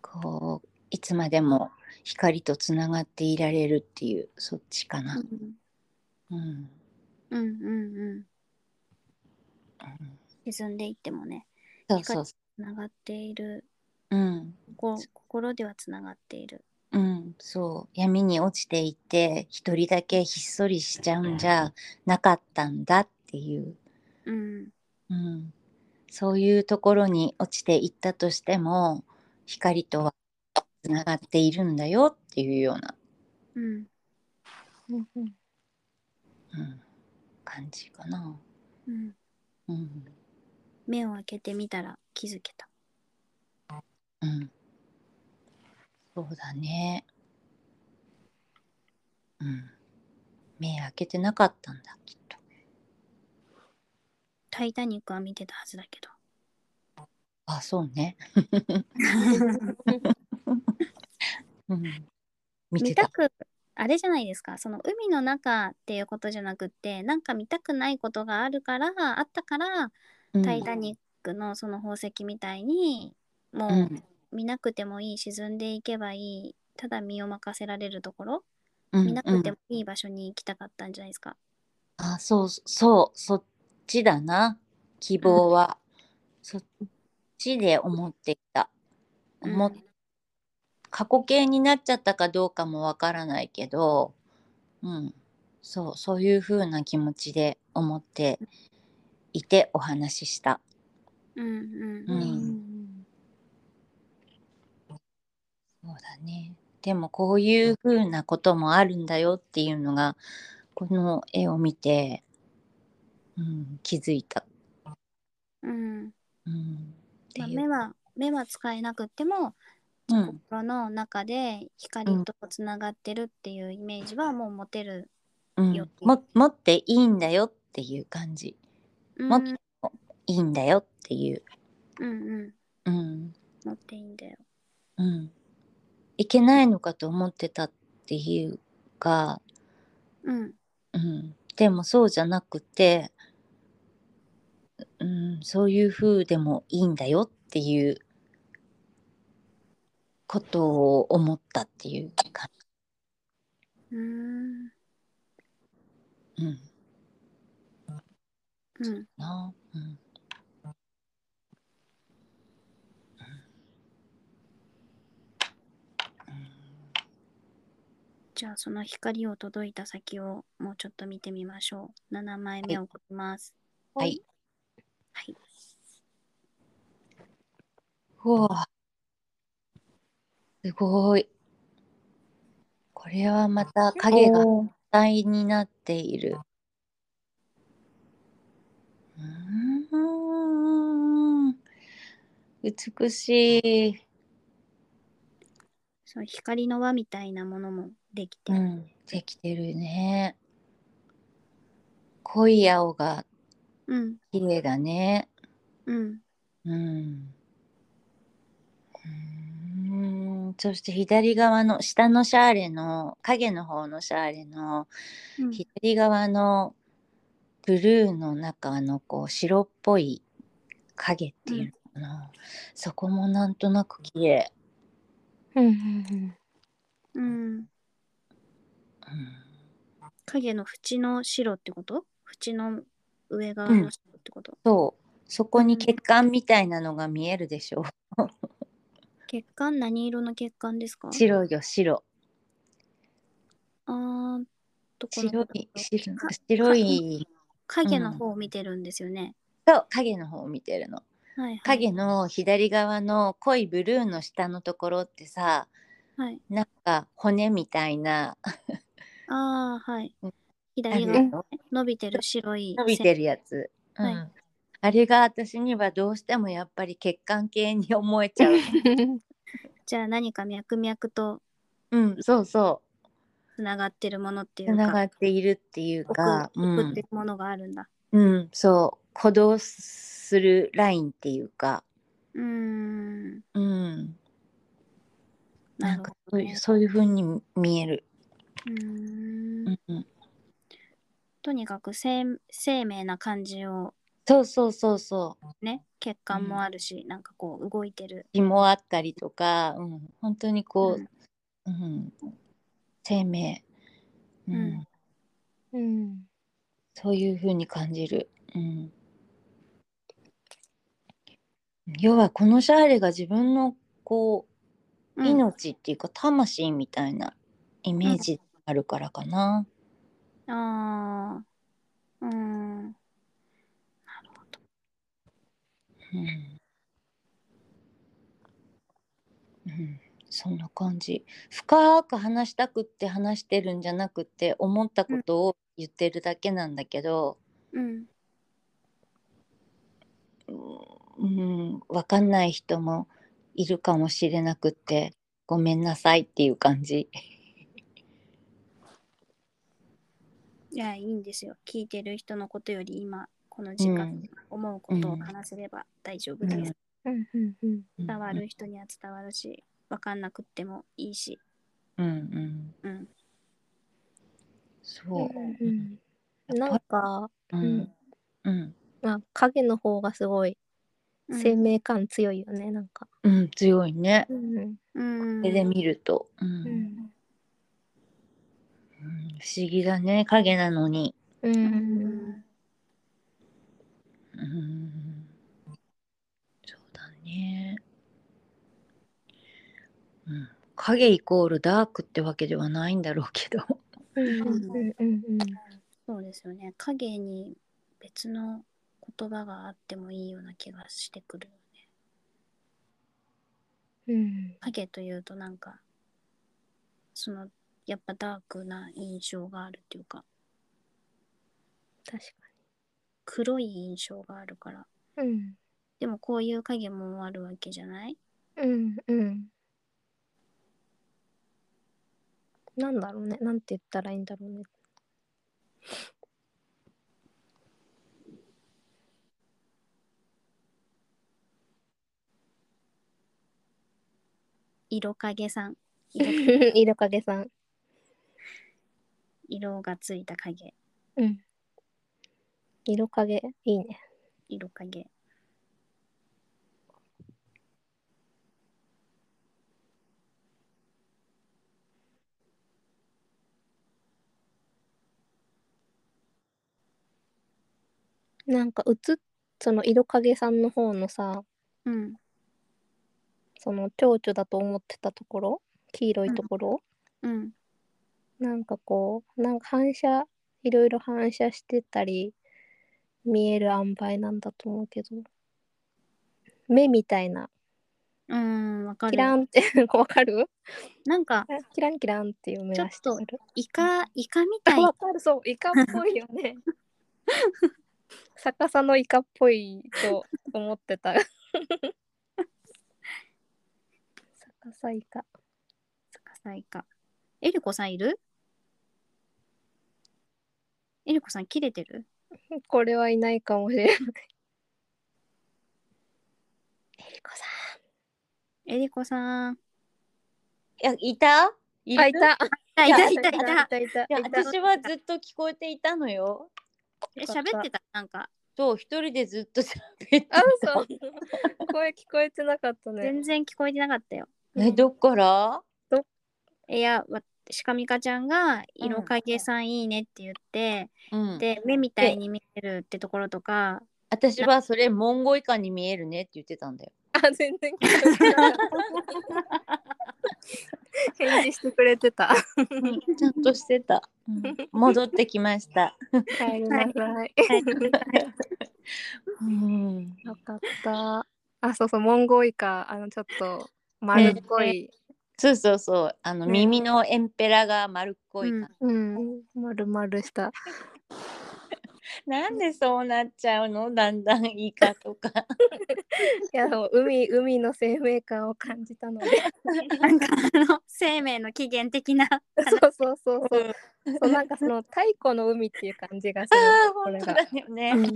こういつまでも光とつながっていられるっていうそっちかな。う
う
ん
ん、うん、うん、
うん
沈んでいってもね、
そうそうそ
つながっている、
う、うん
こ心ではつながっている。
うん、そう闇に落ちていって一人だけひっそりしちゃうんじゃなかったんだっていう
うん、
うん、そういうところに落ちていったとしても光とはつながっているんだよっていうような、
うん、
うんうん
うん、感じかな。
うん、
うん
目を開けてみたら気づけた。
うん、そうだね。うん、目開けてなかったんだきっと。
タイタニックは見てたはずだけど。
あそうね。うん、見て
見
た
たくあれじゃないですかその海の中っていうことじゃなくってなんか見たくないことがあるからあったから「
うん
タイタニック」のその宝石みたいにもう
うん
見なくてもいい沈んでいけばいいただ身を任せられるところ
うん
見なくて
うん
もいい場所に行きたかったんじゃないですか。
あ、そうそう、そっちだな、希望は。そっちで思っていた。
うん
思っ過去形になっちゃったかどうかもわからないけど、うん、そう、そういう風な気持ちで思っていてお話しした。
うん
う
うんん
そうだね。でもこういう風なこともあるんだよっていうのが、この絵を見て、うん、気づいた。
うん
うん、って
まあ
いう
目は目は使えなくっても
うん
心の中で光とつながってるっていうイメージはもう持てる
うん
よ、
も持っていいんだよっっていう感じ
うん
もっといいんだよっていう、
うんうん
うん
持っていいんだよ
うん、いけないのかと思ってたっていうか、
うん
うん、でもそうじゃなくて、うん、そういう風でもいいんだよっていうことを思ったっていう感
うーん
じ、うん、
うん
な、うん、
じゃあその光を届いた先をもうちょっと見てみましょう7枚目を送ります
はい
はい、
うわすごいこれはまた影が
おー
体になっている。うーん美しい、
そう光の輪みたいなものもできて、
うん、できてるね。濃い青が
うん
綺麗だね。
うん
うん。うーんそして左側の下のシャーレの影の方のシャーレの
うん
左側のブルーの中のこう白っぽい影っていうのかな、そこもなんとなく綺麗、
うんうん
うん
うん
影の縁の白ってこと縁の上側の白ってこと、
そうそこに血管みたいなのが見えるでしょう、
血管何色の血管ですか
白よ白
あーどこの
白い白
か
白い
影の方を見てるんですよね、
そう影の方を見てるの
はいはい
影の左側の濃いブルーの下のところってさ
はい
なんか骨みたいな
ああはい左
あ
側
る
に
でしょ
伸びてる白い
伸びてるやつ、うん
はい
あれが私にはどうしてもやっぱり血管系に思えち
(laughs)
ゃう、
じゃあ何か脈々と
うん、そうそ
つながってるものって
う
い
つ
う
なが
か
っているっていうか、う
送っ
ん
てるものがあるんだ
うん、そう鼓動するラインっていうか、
うーん
うん、な
なんる
か
ほど
そうい
ね
うそういう風に見える、
うー
うんん、
とにかく生生命な感じを
そうそうそうそう
ね血管もあるし、なんかこう動いてる
気もあったりとか、うん、本当にこ
う、
うんうん、生命、うん
うん
うん
そういう風に感じる。うん、要はこのシャーレが自分のこう
うん
命っていうか魂みたいなイメージがあるからかな。
ああ、うーん、なるほど。
うんうん、そんな感じ。深く話したくって話してるんじゃなくて思ったことを言ってるだけなんだけど、
うん、
うん、わかんない人もいるかもしれなくってごめんなさいっていう感じ。
いや、いいんですよ。聞いてる人のことより今、この時間、思うことを話せれば大丈夫です。
うんうん
うん
伝わる人には伝わるし、わかんなくってもいいし。
うんうん、
うん、
そうう。
んなんか、
うんうん
まあ、影の方がすごい
うん
生。命感強いよね、なんか。
うん、強いね。
うん
うん
それで見ると、うん
うん
うん不思議だね影なのに。
う
うんん
うん、そうだね。うん、影イコールダークってわけではないんだろうけど。
うんうんうん
そうですよね。影に別の言葉があってもいいような気がしてくるよね。
うん
影というとなんか、その、やっぱダークな印象があるっていうか、
確か
黒い印象があるから。
に。うん
でもこういう影もあるわけじゃない
うんうん。 (laughs) なんだろうね、なんて言ったらいいんだろうね。
色影さん。色 (laughs)
色影さん。
色がついた影。
うん。色影、いいね。
色影。
なんか、うつ、その色影さんの方のさ、
うん。
その蝶々だと思ってたところ、黄色いところ、
うん。
なんかこう、なんか反射、いろいろ反射してたり、見える塩梅なんだと思うけど、目みたいな、
うん、わか
キ
る。
ランって、わかる
なんか、
キランキランっていう目がして
ちょっ
る。
イカ、イカみた
あ
い。
わかる、そう、イカっぽいよね。逆さのイカっぽいと思ってた。逆さイカ。
逆さイカ。えりこさんいるえりこさん切れてる
これはいないかもしれない。えりこさ
えりこさん。
いやいたい
ん。あ、
る
いた。
あ、い
い
た
た
いたいた。
いた。い
いや
た
私はずっと聞こえていたのよ。
え、喋ってたなんか、
そう一人でずっと喋ってた
あ、そう。声聞こえてなかったね
全。然聞こえてなかったよ。
えどっから
いや、わしかみかちゃんが、色影さんいいねって言って、
うん、
で、目みたいに見えるってところとか、
私はそれモンゴイカに見えるねって言ってたんだよ。
(laughs) あ、全然聞こえてなかった。返事してくれてた。
ちゃんとしてた、うん戻ってきました。
帰りなさい。
うん、
よかった。あ、そうそう、モンゴウイカ、あの、ちょっと丸っこい。
そうそうそうあの、
うん
耳のエンペラが丸っこい感じ、
うん、丸々した。
なんでそうなっちゃうのだんだんイカとか。
いや、そう、海、海の生命感を感じ (laughs) たので。
なんかあの、生命の起源的な。
そうそうそうそうう。そう、なんか、その太古の海っていう感じがす
あ
る。
あ
こ
本
れ
当
が
だよね。
うん、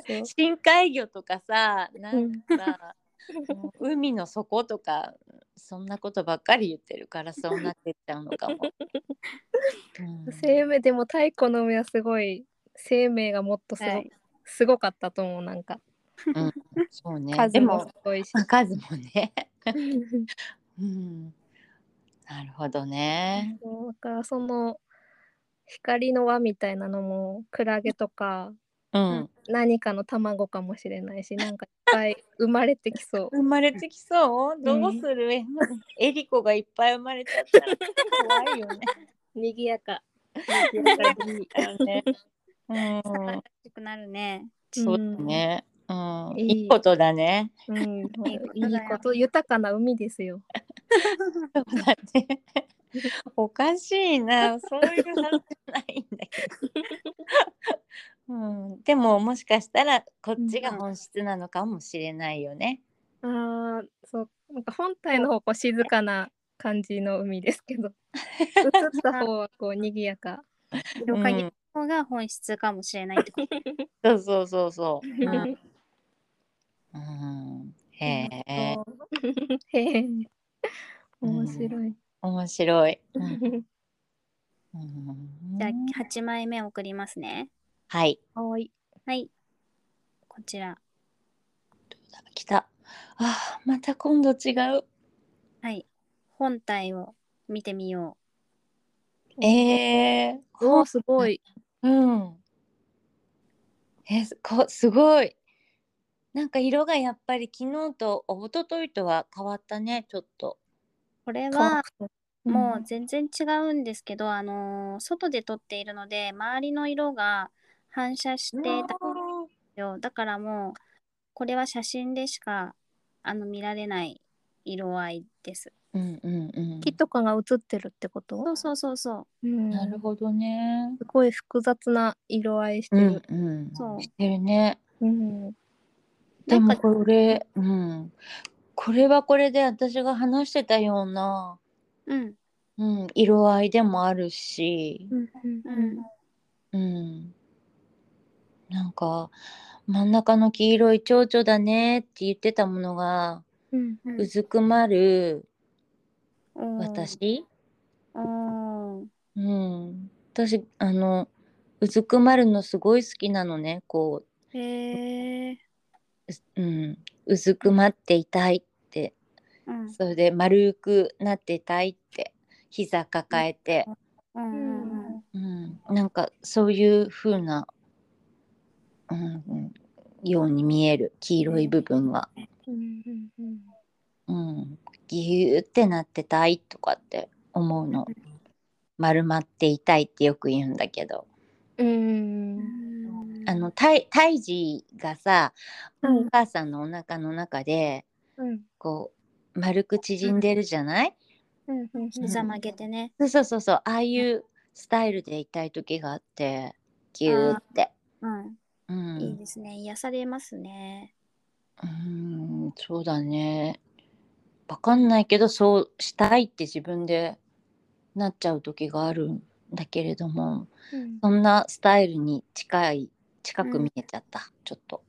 そう
深海魚とかさな
そう。うんん、
かさ、もう海の底とかそんなことばっかり言ってるからそうなってっちゃうの (laughs) かも。うん
生命でも太古の海はすごい生命がもっとすご,、
はい
すごかったと思うなんか
うんそうね。
数
で
も
も
すごいし、
まあ数もね。 (laughs) うん、なるほどね。
そうだからその光の輪みたいなのもクラゲとか
うん。
何かの卵かもしれないしなんかいっぱい生まれてきそう
生まれてきそうどうする、えエリコがいっぱい生まれちゃったら怖いよね。
(laughs) 賑やか
(laughs) ねうん
楽、しくなるね。
そうだね。うん、
いい
いいことだね。
うん、い
いいことだよ
いこと豊かな海ですよ
そうだね。 (laughs) おかしいな、そういう話じゃないん
(laughs)
だけど。うん、でももしかしたらこっちが本質なのかもしれないよね。
あーそうなんか本体の方こう静かな感じの海ですけ (laughs) ど映った方はこう賑やか
色影の方が本質かもしれないってこと。
そうそうそうそう。
うん
うん、へえ、
へえ面白い、
面白い。うん
うん、
うん
じゃあ、8枚目送りますね。
はい。
おい
はい。こちら。
来た。あー、また今度違う。
はい。本体を見てみよ
えー、
おーすごい
うん。え、すこ、すごい。なんか色がやっぱり昨日とお一昨日とは変わったね、ちょっと。
う。これ
乾
は
くと
もう全然違うんですけど、あのー外で撮っているので、周りの色が反射してたんで
ー
すよ。だからもう、これは写真でしかあの見られない色合いです。
うんうんうん。
木とかが映ってるってこと
そうそうそうそう。
うん
なるほどね。
すごい複雑な色合いして
う
る
ん。うん。
そう
してるね。
うん。
で
な
も
んか
これ、うん。これはこれで私が話してたような、
うん。
うん、色合いでもあるし、
うん。
うん。
うん。なんか真ん中の黄色い蝶々だねって言ってたものが、
うん。
うん
うずくまる
うん、
私、
うんうん
うん、私あのうずくまるのすごい好きなのねこ
へえ
うう,、うん、うずくまっていたいって
うん
それで丸くなってたいって膝抱えて、
うんうんうん
うん、なんかそういう風な、うんうん、ように見える黄色い部分が、
うんうん
うん、ギューってなってたいとかって思うの丸まっていたいってよく言うんだけど
うん
あの胎胎児がさ
う
お
ん
母さんのお腹の中で
うん
こう丸く縮んでるじゃない、
うんうん
膝曲げてね
そうそうそうそうああいうスタイルでいたい時があってギューって。
うん
うん
いいですね癒されますね
うーん、そうだね。わかんないけど、そうしたいって自分でなっちゃう時があるんだけれども、
うん
そんなスタイルに近い、近く見えちゃった、ちょっと。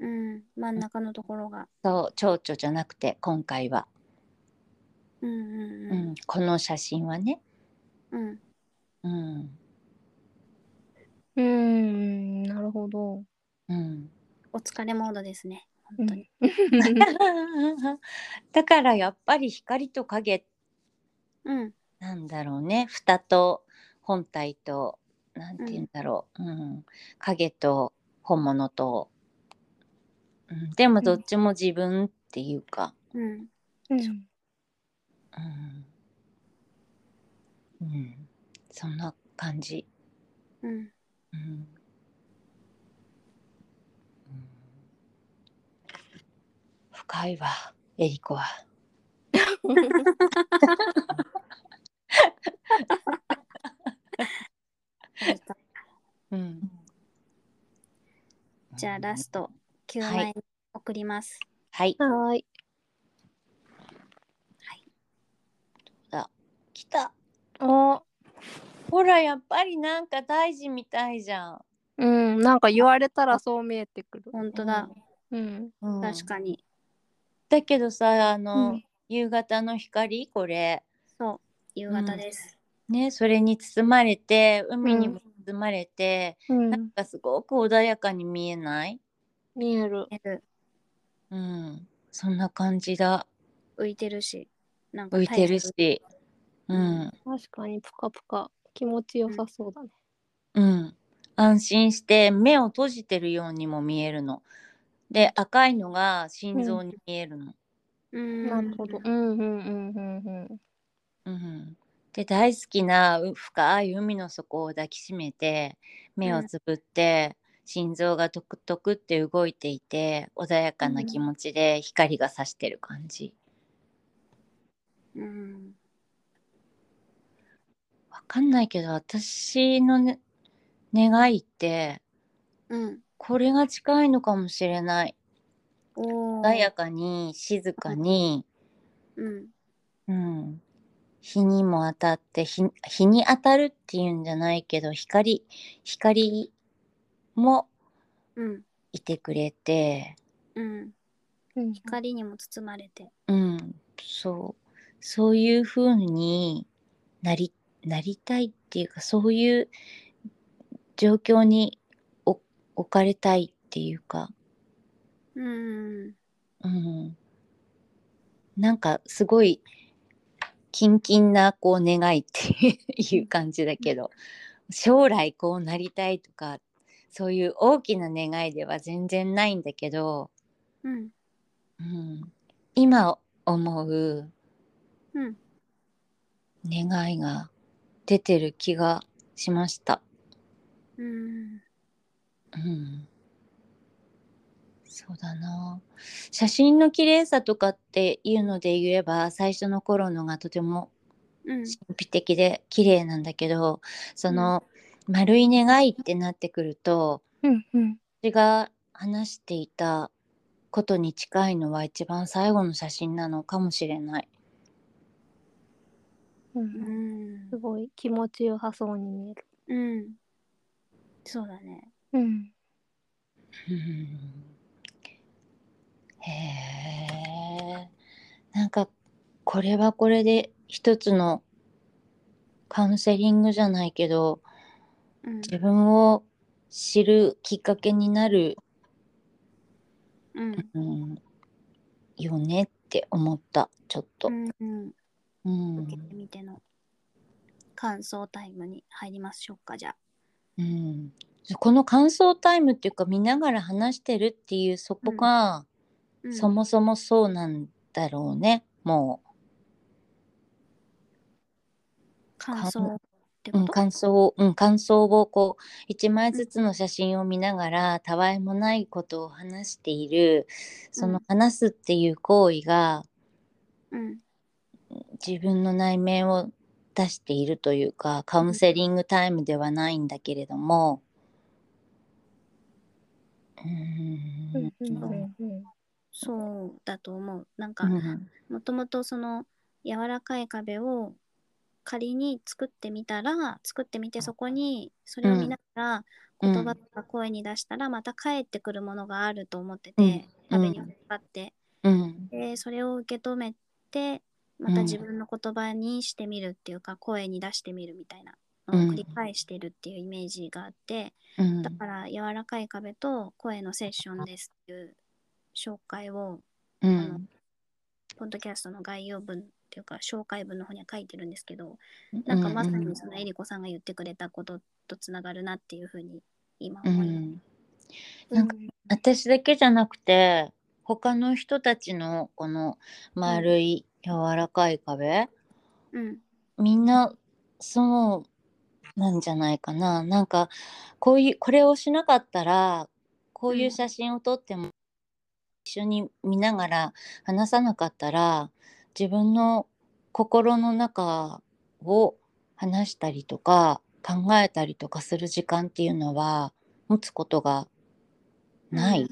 うん真ん中のところが
そう、蝶々じゃなくて、今回は、
うん
う
うんんうん
この写真はね。
うん
うん、
うんなるほど
(laughs)
うん。
お疲れモードですね本当に
だからやっぱり光と影
うん
なんだろうね蓋と本体となんて言うんだろう、うん影と本物と、うん、でもどっちも自分っていうか、
うん
うん
うんうん、そんな感じ、
うん
うんうん深いわエリコは。うん、
じゃあラスト9
はい
枚送ります、
はい
はーい
来た
あ
ほらやっぱりなんか大事みたいじゃん。
うんなんか言われたらそう見えてくる
本当だ、
うん
うん
確かに
だけどさあ
う
の、
ん
夕方の光これ
そう夕方です、
ねそれに包まれて海に
う
も包まれて、
う
なん
ん
かすごく穏やかに見えない、
見える
寝る
うん、そんな感じだ
浮いてるしなんか
浮いてるし、うん
確かにぷかぷか気持ちよさそうだね
うん、安心して目を閉じてるようにも見えるの。で赤いのが心臓に見えるの。
うん
なるほどうんうんうんうんうん
うん、で大好きなう深い海の底を抱きしめて目をつぶって、心臓がトクトクって動いていて穏やかな気持ちで光が差してる感じ
うん
わかんないけど私の、ね、願いって
うん
これが近いのかもしれない
お
穏や
ー
かに静かに、
うん
うん、日にも当たって日日に当たるっていうんじゃないけど光光も
うん
いてくれて
うん
うん
光にも包まれて
うんそうそういう風になりなりたいっていうかそういう状況にお置かれたいっていうか、
うん
うん、なんかすごいキンキンなこう願いっていう感じだけど将来こうなりたいとかそういう大きな願いでは全然ないんだけど、
うん
うん、今思う
うん
願いが出てる気がしました。
うん
うん、そうだな写真の綺麗さとかっていうので言えば最初の頃のがとても
うん
神秘的で綺麗なんだけどその丸い願いってなってくると
うんうん
私が話していたことに近いのは一番最後の写真なのかもしれない。
う
うんん
すごい気持ちよさそうに見える
うんそうだね
うん
うんへえなんかこれはこれで一つのカウンセリングじゃないけど
うん
自分を知るきっかけになる、
うん
うん、よねって思ったちょっと。
うん
うん
受けてみての感想タイムに入りましょうかじゃあ。
うん、この感想タイムっていうか見ながら話してるっていうそこが、
うん
そもそもそうなんだろうねも
感想って
う、う
こ
ん、
と、
感想を、うん、感想をこう1枚ずつの写真を見ながらたわいもないことを話しているその話すっていう行為が
うん
自分の内面を出しているというかカウンセリングタイムではないんだけれども。うん
そうだと思う。なんか
うん
もともとその柔らかい壁を仮に作ってみたら作ってみてそこにそれを見ながら
うん
言葉とか声に出したらまた帰ってくるものがあると思って
うん
て壁に向かって
うん
でそれを受け止めてまた自分の言葉にしてみるっていうか声に出してみるみたいなのを繰り返してるっていうイメージがあって
うん
だから柔らかい壁と声のセッションですっていう紹介をあ
う
の
ん
ポッドキャストの概要文っていうか紹介文の方には書いてるんですけどなんかまさにそのえりこさんが言ってくれたこととつながるなっていうふうに今
うん
思いま
なんか私だけじゃなくて他の人たちのこの丸い柔らかい壁、
うん
みんなそうなんじゃないかななんかこういうこれをしなかったらこういう写真を撮っても、一緒に見ながら話さなかったら自分の心の中を話したりとか考えたりとかする時間っていうのは持つことがない、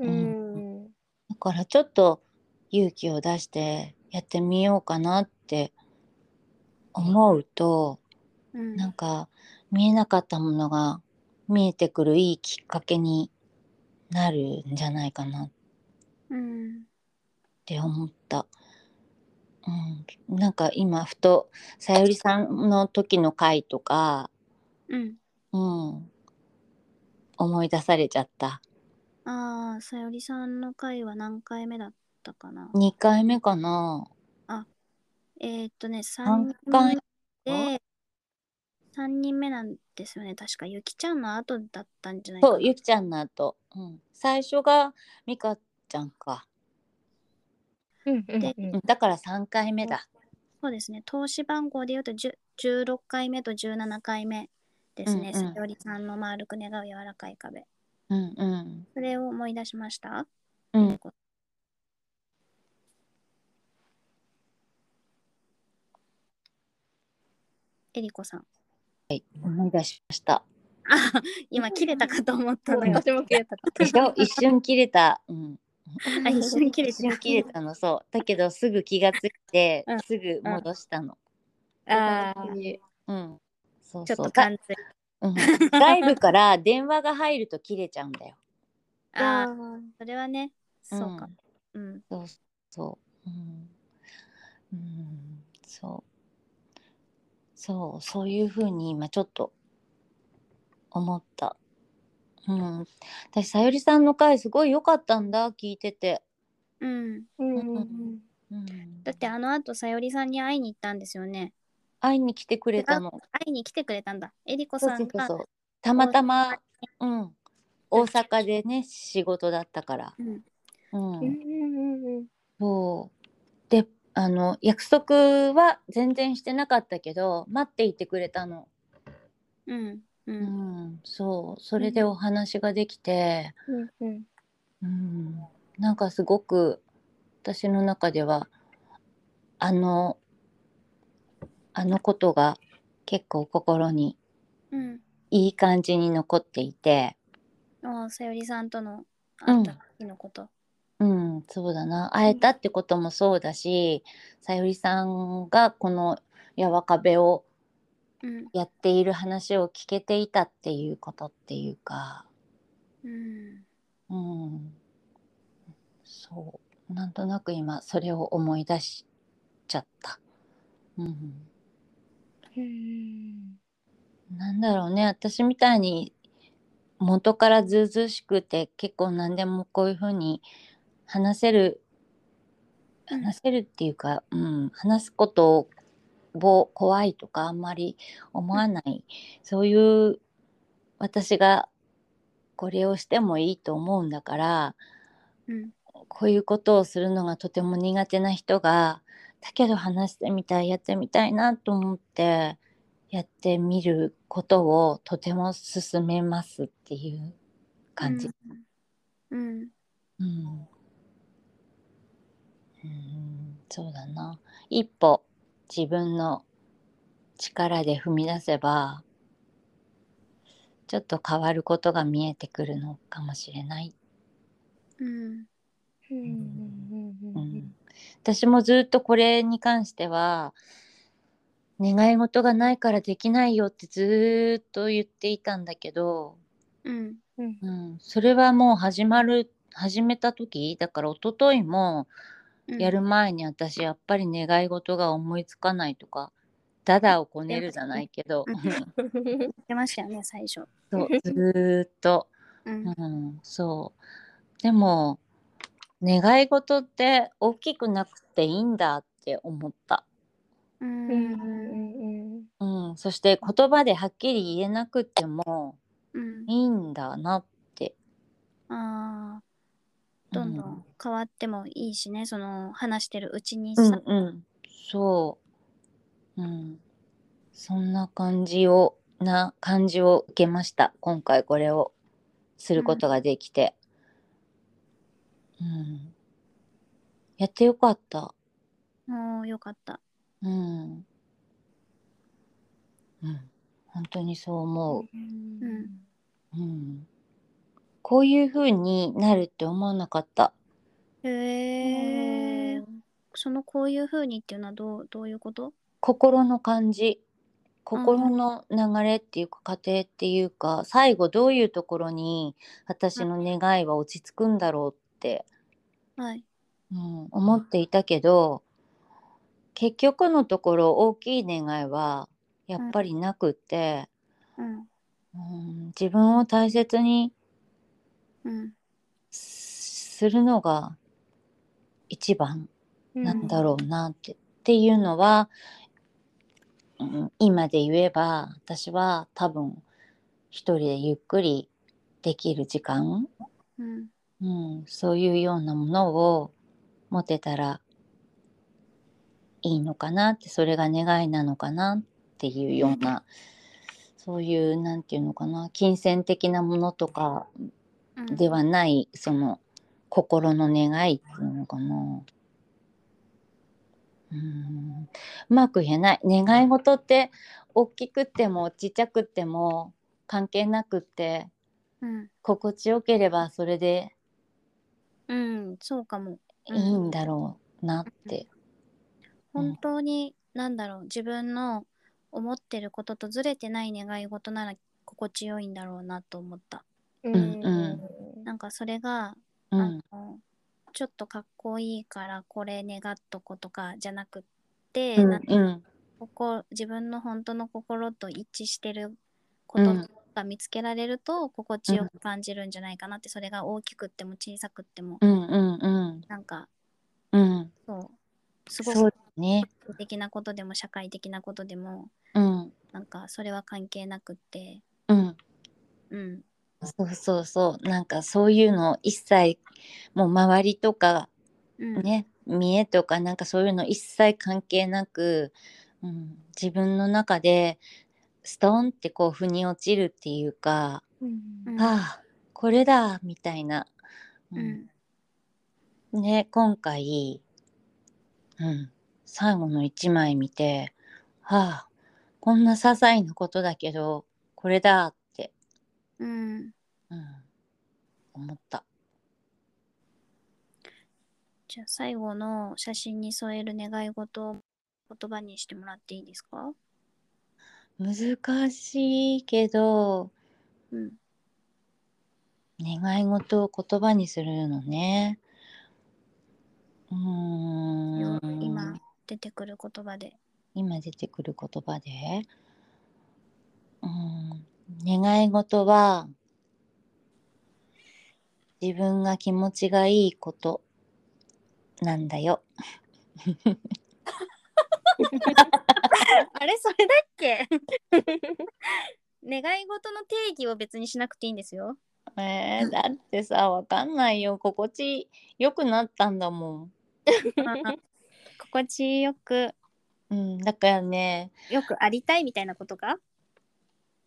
うん
うん
だからちょっと勇気を出してやってみようかなって思うと
うん
なんか見えなかったものが見えてくるいいきっかけになるんじゃないかなっ
うん
て思った。うん、なんか今ふとさゆりさんの時の回とか、
うん
うん、思い出されちゃった
ああさよりさんの回は何回目だったかな
2回目かな
えーっとね3
三
人
回
目で3人目なんですよね確かゆきちゃんの後だったんじゃないか
そ
な
うゆきちゃんの後、うん、最初がみかちゃんか。うんだから3回目だ。
そうですね投資番号で言うと10 16回目と17回目ですね、
うんうん
さよりさんの丸く願う柔らかい壁
うんうん。
それを思い出しました
うん
えりこさん
思い出しました。
あ今切れたかと思ったのよ
私も消えたか
でし
(laughs)
ょ一瞬切れた。うん。
あ一瞬切れ
一
て
瞬切れたのそう。だけどすぐ気がついて、
うん
すぐ戻したの。
あー
うん。そ
(laughs)
う
ちょ
そ
っ
う
と完全
がうん外部から電話が入ると切れちゃうんだよ。
あーそれはね
うん
そうかうん
そうそう。うん。うん、そう。そう、そういうふうに今ちょっと思った。うん。私、さゆりさんの回すごい良かったんだ、聞いてて。
うん
うん
うん、
だってあの後さよりさんに会いに行ったんですよね
会いに来てくれたの。
会いに来てくれたんだえりこ
そう
さ
そ
ん
うそう
が
そう。たまたま、うん。大阪でね、仕事だったから。
うん
うん。
うん
そう。で、あの、約束は全然してなかったけど、待っていてくれたの。
うんう
うんん、そう、それでお話ができて、
うん
うん、なんかすごく私の中ではあのあのことが結構心に
うん
いい感じに残っていて、
あーさよりさんとの会った時のこと
うん、そうだな、会えたってこともそうだし、さゆりさんがこのやわかべを
うん
やっている話を聞けていたっていうことっていうか、
うん
うん、そうなんとなく今それを思い出しちゃった。うん、
うん
なんだろうね私みたいに元からずうずうしくて結構何でもこういうふうに話せる
うん
話せるっていうか、うん、話すことを怖いとかあんまり思わない、そういう私がこれをしてもいいと思うんだから
うん
こういうことをするのがとても苦手な人がだけど話してみたいやってみたいなと思ってやってみることをとても勧めますっていう感じ。
うん
うん、うん、そうだな一歩自分の力で踏み出せばちょっと変わることが見えてくるのかもしれない
うん
うんうんうんう
うんん私もずっとこれに関しては願い事がないからできないよってずっと言っていたんだけど、
うん
うん
うん、それはもう始まる始めた時だから一昨日も
うん
やる前に私やっぱり願い事が思いつかないとかダダをこねるじゃないけど、
うん言ってましたよね最初。
そうずーっと、
うん
うん、そうでも願い事って大きくなくていいんだって思った。
う
うんうんんうん
うん、そして言葉ではっきり言えなくても
うん
いいんだなって。
あーどんどん変わってもいいしねその話してるうちに
うん、
さ。
うんうん、そう、うん、そんな感じをな感じを受けました今回これをすることができて、うんやってよかった、
もうよかった。
うんうん、本当にそう思う。
ん
うん、こういう風になるって思わなかった。
へえ。そのこういう風にっていうのはどうどういうこと？
心の感じ心の流れっていうか過程っていうか、最後どういうところに私の願いは落ち着くんだろうって、
はい。
うん、思っていたけど結局のところ大きい願いはやっぱりなくって、
うん
うん、自分を大切に
うん
するのが一番
うん
なんだろうなって,、っていうのは、うん、今で言えば私は多分一人でゆっくりできる時間、
うん
うん、そういうようなものを持てたらいいのかなってそれが願いなのかなっていうような、そういうなんていうのかな金銭的なものとか
うん。
ではない、その心の願いっていうのかな。うんうまく言えない願い事って大きくってもちっちゃくっても関係なくって
うん
心地よければそれで
うんそうかも。
いいんだろうなって。うん
本当に何だろう自分の思ってることとずれてない願い事なら心地よいんだろうなと思った
うん
うん
なんかそれが、
うん
あのちょっとかっこいいからこれ願っとことかじゃなくって、
うん
なんか
うん
ここ自分の本当の心と一致してること
うん
が見つけられると心地よく感じるんじゃないかなって、それが大きくっても小さくっても、
うんうん
なんか
うんうん
そうすご
そう
く
だね。
的なことでも社会的なことでも
うん
なんかそれは関係なくって、
うん
うん、
そうそうそうなんかそういうの一切もう周りとか
うん、
ね、見えとかなんかそういうの一切関係なく、うん、自分の中でストンってこう腑に落ちるっていうか、
うん
ああこれだみたいな、
う
うん
ん、
ね今回、うん、最後の1枚見てああこんな些細なことだけどこれだって、
うん、
うん、思った。
じゃあ最後の写真に添える願い事を言葉にしてもらっていいですか
難しいけど
うん
願い事を言葉にするのね。うー
よ
ん。
今出てくる言葉で。
今出てくる言葉で、うん、願い事は自分が気持ちがいいことなんだよ。
あれそれだっけ (laughs) 願い事の定義を別にしなくていいんですよ。 (laughs)
えー、だってさわかんないよ心地よくなったんだも
心地よく、
ん。うん、だからね
よくありたいみたいなことか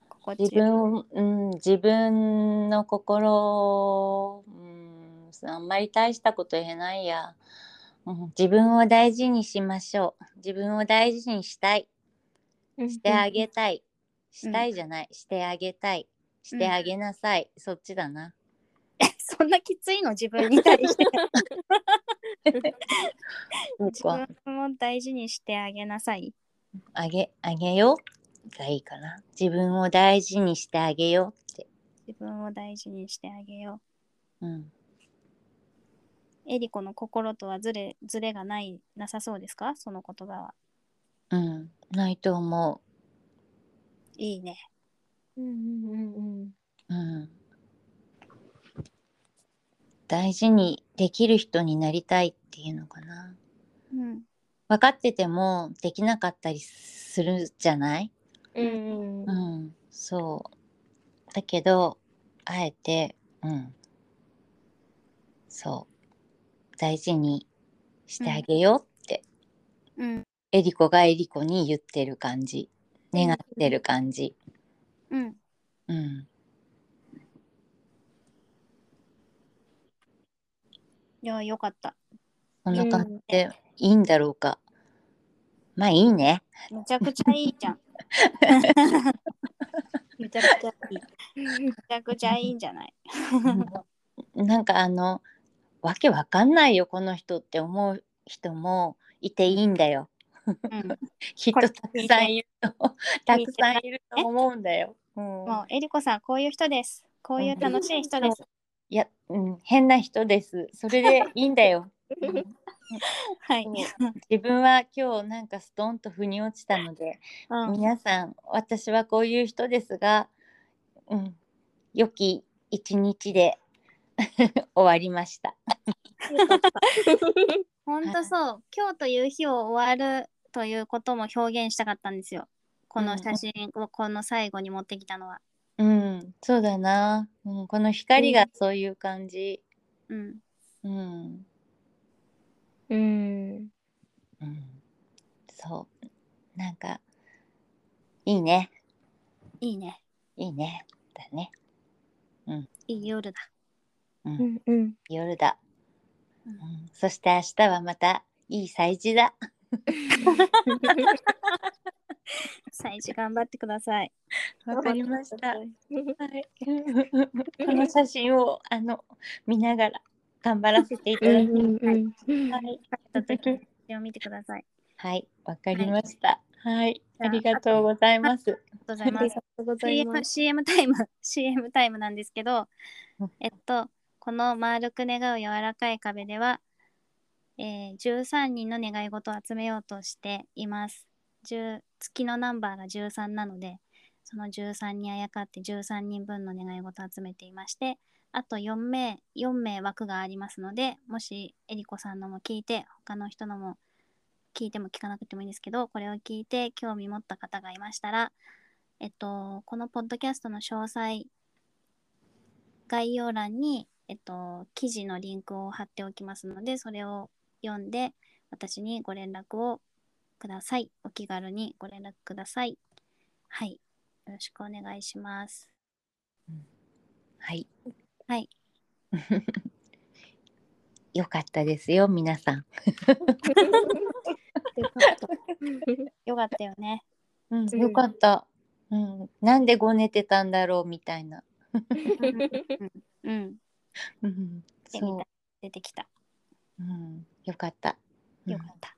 心地
自分、うん、自分の心、うん、あんまり大したこと言えないや、うん、自分を大事にしましょう自分を大事にしたいしてあげたい、したいじゃないしてあげたいしてあげなさい、そっちだな
(laughs) そんなきついの自分に対して
(laughs) そう
自
か
分を大事にしてあげなさい。
あげあげようがいいかな自分を大事にしてあげようって、
自分を大事にしてあげよ
うん、
う。エリコの心とはずれずれがないなさそうですかその言葉は。
うん、ないと思
いいね。
うんうんうん
う、うん、大事にできる人になりたいっていうのかな
うん。
分かっててもできなかったりするじゃない、
うんうん
うん、そうだけどあえて、うん、そう大事にしてあげようって、
うん。
エリコがエリコに言ってる感じ願ってる感じ、
うん。
うん、
いや、よかった。
こんな感じでいいんだろうか、まあいいね
めちゃくちゃいいじゃん。 (laughs) めちゃくちゃいい。めちゃくちゃいいんじゃない。
なん (laughs) かあのわけわかんないよこの人って思う人もいていいんだよ
うん、
きっとたくさんいると (laughs) たくさんいると思うんだよ。うん、
もう、えりこさん、こういう人です。こういう楽しい人です。
いや、うん、変な人です。それでいいんだ
(laughs)
よ。
はい。
自分は今日なんかストンと腑に落ちたので、
うん。
皆さん私はこういう人ですが、うん、良き一日で (laughs) 終わりました。
ほんとそう。今日という日を終わるということも表現したかったんですよ。この写真をこの最後に持ってきたのは。
うん、そうだな。うん、この光がそういう感じ。
うん。
うん、
うん
うん、そう。なんかいいね、
いいね。
いいねだね。
いい夜だ。
うん
うんうん
夜だ、
うん
うんそして明日はまたいい祭事だ
最初頑張ってください。
(laughs) わかりましたはい (laughs) この写真をあの見ながら頑張らせていただき
うんうんうん
たい
ちょっと時を見てください。
はいわかりましたはい
じゃあ
ありがとうございます
ありがとうござ
あ
いま
り
す
が。とうございま
CM, CM
す。
タイム (laughs) CM タイムなんですけど
うん
えっとこの「丸く願う柔らかい壁」では、えー13人の願い事を集めようとしています10月のナンバーが13なのでその13にあやかって13人分の願い事を集めていましてあと4名4名枠がありますのでもしえりこさんのも聞いて他の人のも聞いても聞かなくてもいいんですけどこれを聞いて興味持った方がいましたらえっと、このポッドキャストの詳細、概要欄に、えっと、記事のリンクを貼っておきますので、それを読んで、私にご連絡をください。お気軽にご連絡ください。はい。よろしくお願いします。
はい
はい。
(laughs) よかったですよ皆さん
(laughs) よかったよね。
うん
うん
よかったうんなんでごねてたんだろうみたいな
うん。
うん
でみ
そ
た出てきた。
ううんよかった
よかった。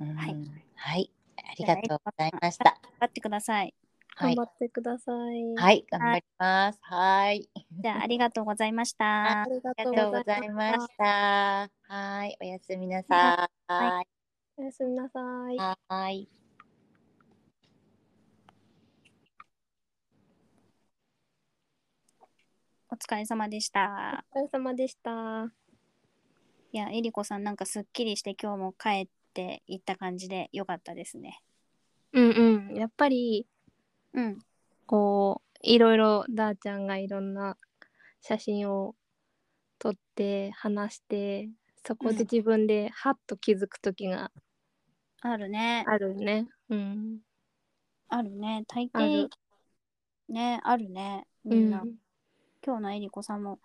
うん
はい
はいありがとうございました
頑張ってください。
は
頑
い
張ってください。い。
はい、頑張ります。はい。
じ
(laughs)
ゃあ、ありがとうございまし
あ
た。
りが
あ
と
り
う
がとうご
ご
ざ
ざい
いま
ま
し。
した
はい、おやすみなさい。
おやすみなさい。
はーい。
お疲れ様でした。
お疲れ様でした。
いや、えりこさんなんかすっきりして今日も帰っていった感じでよかったですね。
うんうん。やっぱり、
うん。
こう、いろいろ、だーちゃんがいろんな写真を撮って、話して、そこで自分でハッと気づくときが
あるね。
あるね。うん。
あるね。大
あ
抵
る。
ね、あるね。
う
みん
ん。
な。今日のえりこさんも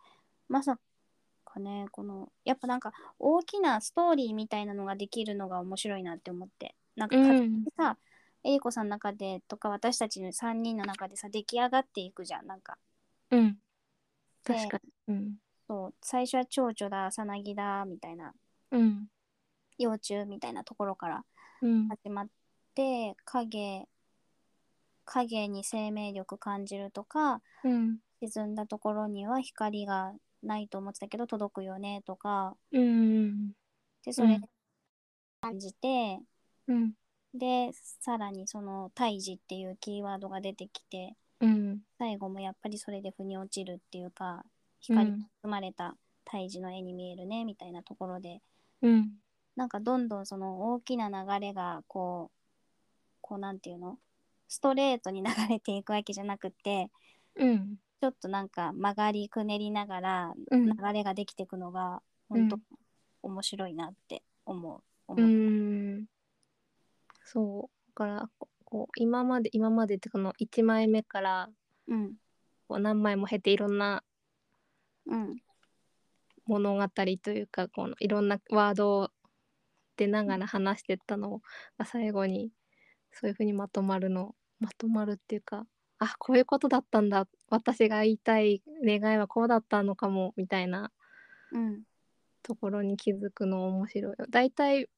まさかねこのやっぱなんか大きなストーリーみたいなのができるのが面白いなって思ってなんか
う
勝手に
ん。
さ、えりこさんの中でとか私たちの3人の中でさ出来上がっていくじゃんなんか
うん。
で
確かに。うん。
そう最初は蝶々ださなぎだみたいな
うん。
幼虫みたいなところから
うん。
始まって影影に生命力感じるとか
うん。
沈んだところには光がないと思ってたけど届くよねとか
うん。
でそれ
うん
感じて、
うん。
でさらにその胎児っていうキーワードが出てきて
うん。
最後もやっぱりそれで腑に落ちるっていうか光に包まれた胎児の絵に見えるねみたいなところで
うん。
なんかどんどんその大きな流れがこうこうなんていうのストレートに流れていくわけじゃなくて
うん。
ちょっとなんか曲がりくねりながら
うん
流れができていくのが本当面白いなって思う。
う
思う
ーんそうだからここう今まで今までってこの1枚目から
うん
こう何枚も経ていろんな
うん
物語というかこのいろんなワードを出ながら話してったのが最後にそういうふうにまとまるのまとまるっていうかあこういうことだったんだ私が言いたい願いはこうだったのかもみたいな
うん
ところに気づくの面白いよ。大体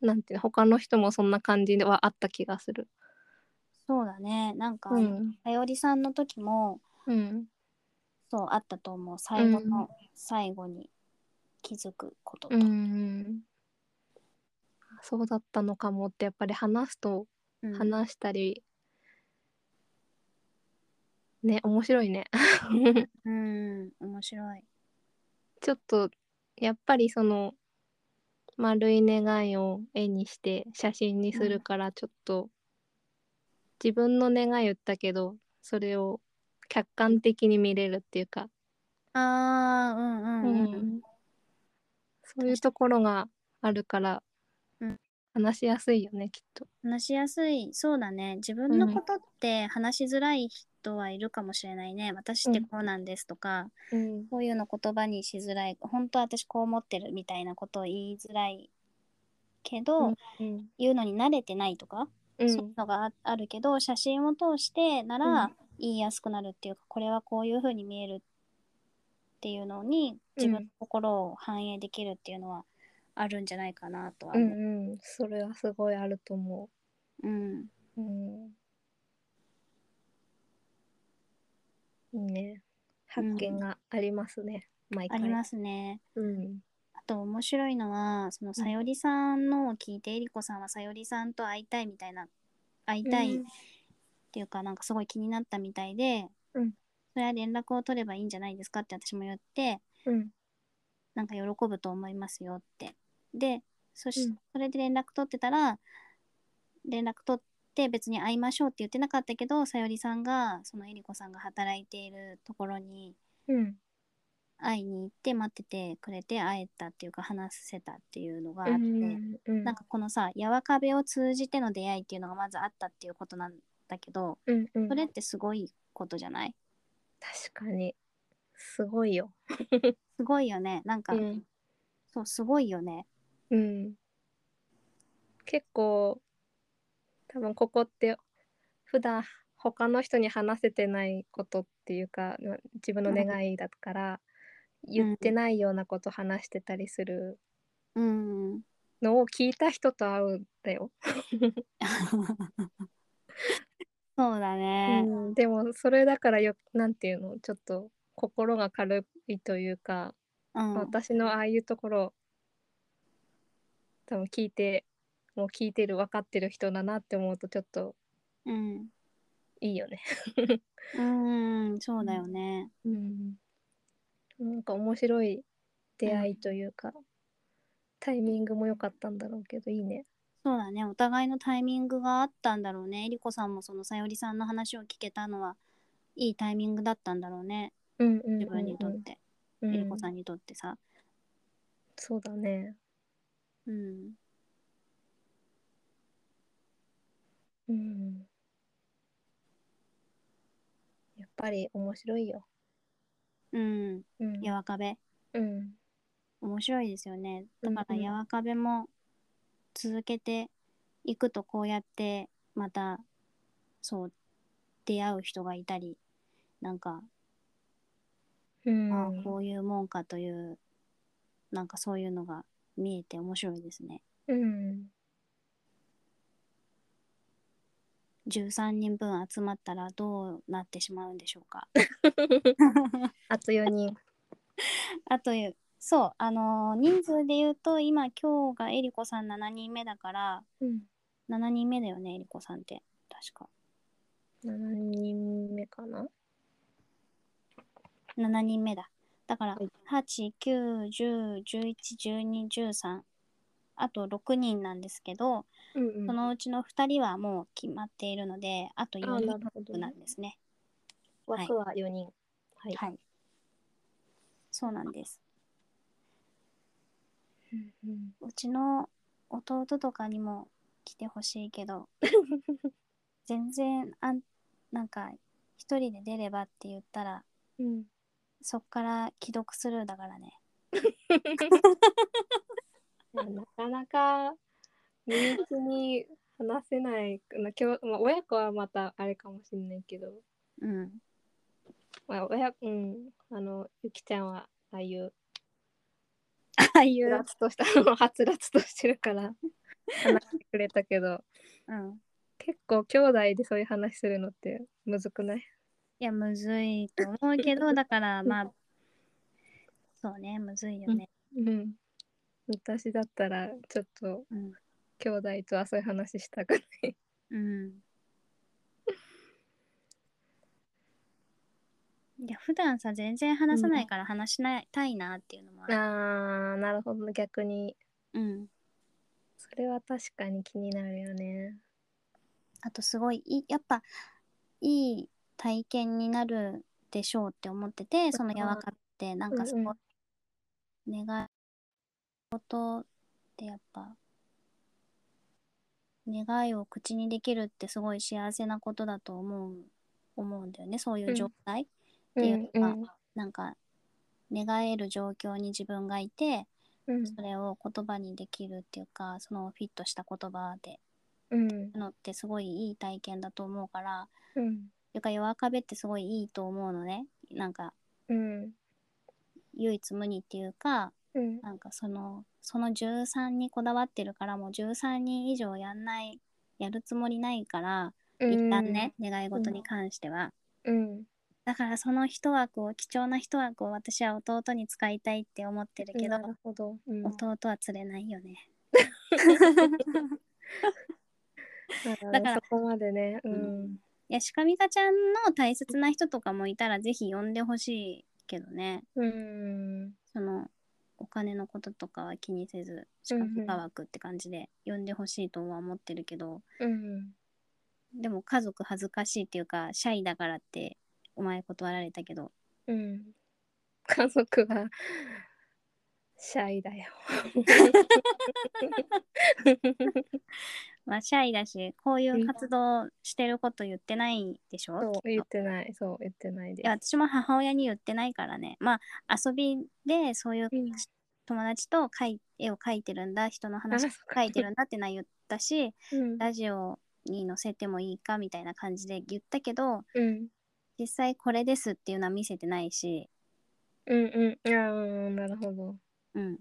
なんていうの他の人もそんな感じではあった気がする。
そうだねなんか、
うん
さよりさんの時も
うん
そうあったと思う最後
うん
の最後に気づくことと、
うんそうだったのかもってやっぱり話すと
うん
話したり、ね面白いね。 (laughs)
うん面白い
ちょっとやっぱりその丸い願いを絵にして写真にするからちょっと自分の願い言ったけどそれを客観的に見れるっていうか、
あーうんうんうん、
そういうところがあるから
うん
話しやすいよねきっと。
話しやすいそうだね自分のことって話しづらい人はいるかもしれないね、私ってこうなんですとかこういうの言葉にしづらい本当は私こう思ってるみたいなことを言いづらいけど、
うんうん
言うのに慣れてないとか
うん
そういうのがああるけど写真を通してな
うん
ら言いやすくなるっていうか、これはこういう風に見えるっていうのに自分の心を反映できるっていうのはあるんじゃないかなとは
う
思う。
んうんそれはすごいあると思
うん
う。うん、いいね発見がありますね、毎
あ
回。
りますね。
うん
あと面白いのはそのさよりさんのを聞いてえりこさんはさよりさんと会いたいみたいな会いたいっていうかなんかすごい気になったみたいで、
うん
それは連絡を取ればいいんじゃないですかって私も言って、
うん
なんか喜ぶと思いますよって。で、そし、
うん
それで連絡取ってたら、連絡取って別に会いましょうって言ってなかったけど、さよりさんが、そのえりこさんが働いているところに
うん
会いに行って待っててくれて会えたっていうか話せたっていうのがあって、
うん
なんかこのさ、やわかべを通じての出会いっていうのがまずあったっていうことなんだけど、
うんうん
それってすごいことじゃない
確かにすごいよ。
すごいよね。なんか、
うん
そう、すごいよね。
うん、結構多分ここって普段他の人に話せてないことっていうかまあ自分の願いだから言ってないようなこと話してたりする
うん。
のを聞いた人と会うんだよ。
そうだね。
うん、でもそれだからよなんていうのちょっと心が軽いというか、
うん。
私のああいうところ多分聞いてもう聞いてる分かってる人だなって思うとちょっと
うん
いいよね。
うんそうだよね
うん、なんか面白い出会いというか、タイミングも良かったんだろうけどいいね。
そうだねお互いのタイミングがあったんだろうねえりこさんもそのさよりさんの話を聞けたのはいいタイミングだったんだろうね
うんうんうんうん
自分にとって、
うん
えりこさんにとってさ
そうだね。
うん
うん。やっぱり面白いよ。
うん
うん。
やわかべ
うん。
面白いですよねだか
う
ら
んうん
やわかべも続けていくとこうやってまたそう出会う人がいたりなんか、
うん。
ああこういうもんかというなんかそういうのが見えて面白いですね
うん。
13人分集まったらどうなってしまうんでしょうか (laughs)
あと4人。
あというそうあのー人数で言うと今今日がえりこさん7人目だから
うん。
7人目だよねえりこさんって確か
7人目かな。
7人目だ。だから、
はい
8、9、10、11、12、13。あと6人なんですけど、
うん
そのうちの2人はもう決まっているので、あと4
あな
人
るほどね
なんですね。はい
枠は4人。はい。
はい。そうなんです。
うんうん
うちの弟とかにも来てほしいけど、全然あん、なんか、一人で出ればって言ったら、
うん。
そっから既読スルーだからね。
なかなか身内に話せないなきょ、まあ、親子はまたあれかもしれないけど、
うん。
まあ、親うんあのゆきちゃんはああいう
ああい
はつら
う。
つとしたあのはつらつとしてるから話してくれたけど
うん。
結構兄弟でそういう話するのってむずくない
いや、むずいと思うけど、だから、まあ、そうね、むずいよね。
うん私だったらちょっと
うん。
兄弟とはそういう話したくない
うん。いや、普段さ、全然話さないから話しないたいなっていうのもある。
あーなるほど逆に
うん。
それは確かに気になるよね
あと、すごいいい、やっぱ、いい体験になるでしょうって思ってて、その柔らかって、なんかすごい、願い事ってやっぱ願いを口にできるってすごい幸せなことだと思う思うんだよねそういう状態、ていうか
うん
なんか願える状況に自分がいて
うん
それを言葉にできるっていうかそのフィットした言葉で
うん
のってすごいいい体験だと思うから
うん
というか夜壁ってすごいいいと思うのねなんか
うん
唯一無二っていうか
うん
なんかそのその13にこだわってるからもう13人以上やんないやるつもりないから、一旦ね願い事に関しては、
うん
だからその一枠を貴重な一枠を私は弟に使いたいって思ってるけど、
なるほど、うん、
弟は釣れないよね
だ
だか
か
ら
らそこまでねうん
いやしかみかちゃんの大切な人とかもいたらぜひ呼んでほしいけどね
うん
そのお金のこととかは気にせずし
うん
か
うん
みか枠って感じで呼んでほしいとは思ってるけど、
うん
でも家族恥ずかしいっていうかシャイだからってお前断られたけど
うん家族がシャイだよ
まあシャイだしこういう活動してること言ってないでしょ、
そう
きっ
言っ
と
てないそう言ってないで
いや私も母親に言ってないからねまあ遊びでそういう
うん
友達と描い絵を描いてるんだ人の話
あそっか
描いてるんだってのは言ったし
すうん
ラジオに載せてもいいかみたいな感じで言ったけど
うん
実際これですっていうのは見せてないし、
うんうんあーなるほど
うん、
うんうん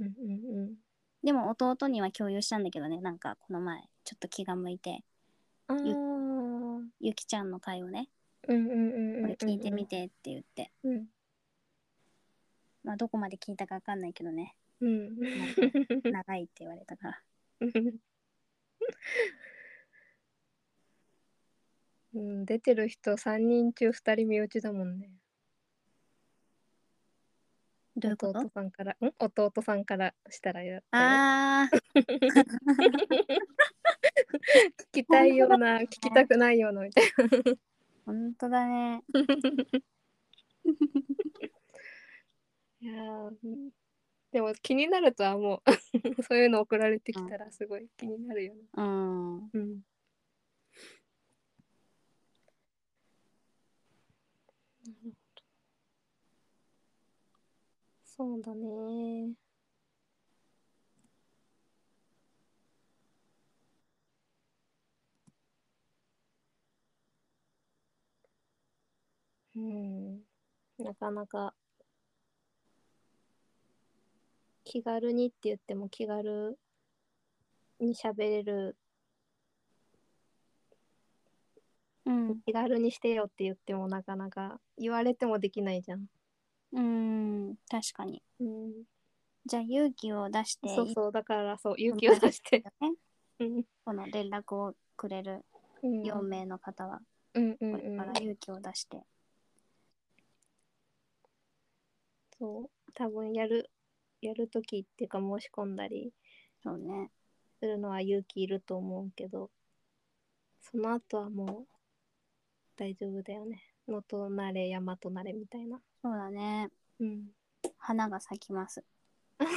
うん
でも弟には共有したんだけどねなんかこの前ちょっと気が向いて
あー
ゆ
うん
ゆきちゃんの回をね
うんうんうん
これ聞いてみてって言って、
うん (laughs)
まあどこまで聞いたかわかんないけどね
うん。
長いって言われたから。
うん、出てる人三人中二人身内だもんね。
どういうこと
弟さんから、ん弟さんからしたらや。
ああ、
聞きたいような、聞きたくないようなみたい
本当だね。
な。いやーでも気になるとはもう (laughs) そういうの送られてきたらすごい気になるよね。
うん。
うん。そうだね。うん。なかなか気軽にって言っても気軽に喋れる
うん。
気軽にしてよって言ってもなかなか言われてもできないじゃん。
うん。確かに。
うん、
じゃあ勇気を出して
そう
う。
そうだからそう勇気を出して。
ね、
うん
この連絡をくれる
うん
4名の方は、
うんうん
こ
う
れか
ん
ら、勇気を出して。
そう多分やるやる時っていうか申し込んだり
そうね。
するのは勇気いると思うけどその後はもう大丈夫だよね。野となれ山となれみたいな。
そうだね。
(laughs) うん、
花が咲きます。 (laughs)
花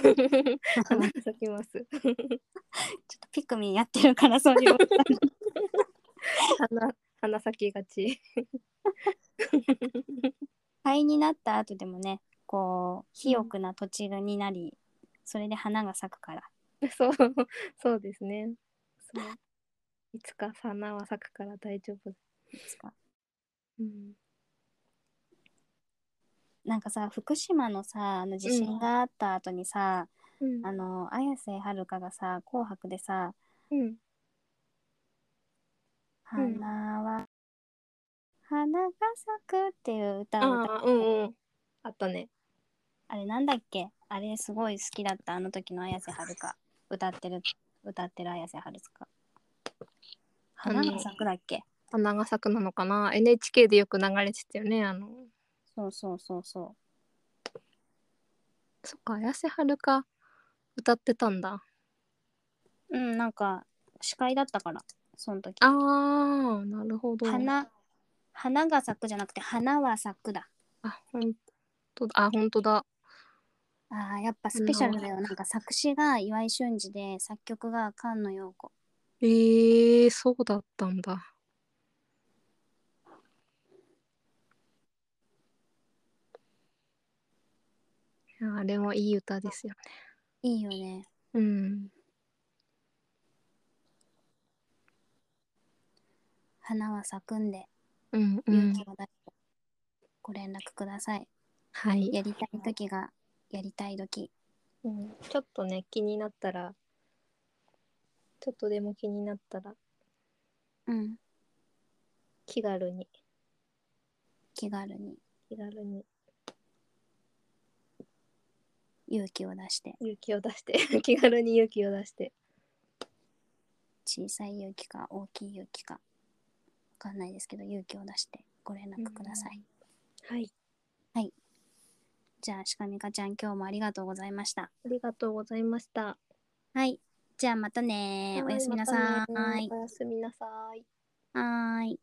が咲きます。 (laughs)
ちょっとピクミンやってるから、そういう。
花花咲きがち。
灰になった後でもね、こう、肥沃な土地になり、それで花が咲くから。
(laughs) そう、そうですね。そう。いつか花は咲くから大丈夫。
ですか
うん。
なんかさ福島のさあの地震があった後にさ、
うん
あの綾瀬はるかがさ「紅白」でさ
うん。
「花は、花が咲く」っていう歌を歌
ああ、うんうん。あったね。
あれなんだっけあれすごい好きだったあの時の綾瀬はるか歌ってる歌ってる綾瀬はるか花が咲くだっけ
花が咲くなのかな ?NHK でよく流れてたよね。あの、
そうそうそうそ
そっか、綾瀬はるか歌ってたんだ。
ううんなんか司会だったからその時
ああ、なるほど。
花花が咲くじゃなくて花は咲くだ
あ、ほんとだ。あ、ほんとだ。
ああ、やっぱスペシャルだよ。なんか作詞が岩井俊二で、作曲が菅野陽子。
ええー、そうだったんだ。いやあれもいい歌ですよね。
いいよね。
うん。
花は咲くんで、
うんう
勇
ん
気。を出して、ご連絡ください。
はい。
やりたい時が、やりたい時。
うんちょっとね、気になったら、ちょっとでも気になったら、
うん。
気軽に、
気軽に
気軽に
勇気を出して、
勇気を出して、 (laughs) 気軽に勇気を出して。
小さい勇気か大きい勇気か、わかんないですけど、勇気を出してご連絡ください。
はい。
じゃあ、しかみかちゃん、今日もありがとうございました。
ありがとうございました。
はい。じゃあ、またね
はい
おやすみな
ま
さ
たね
ーい。
おやすみなさい。
はーい。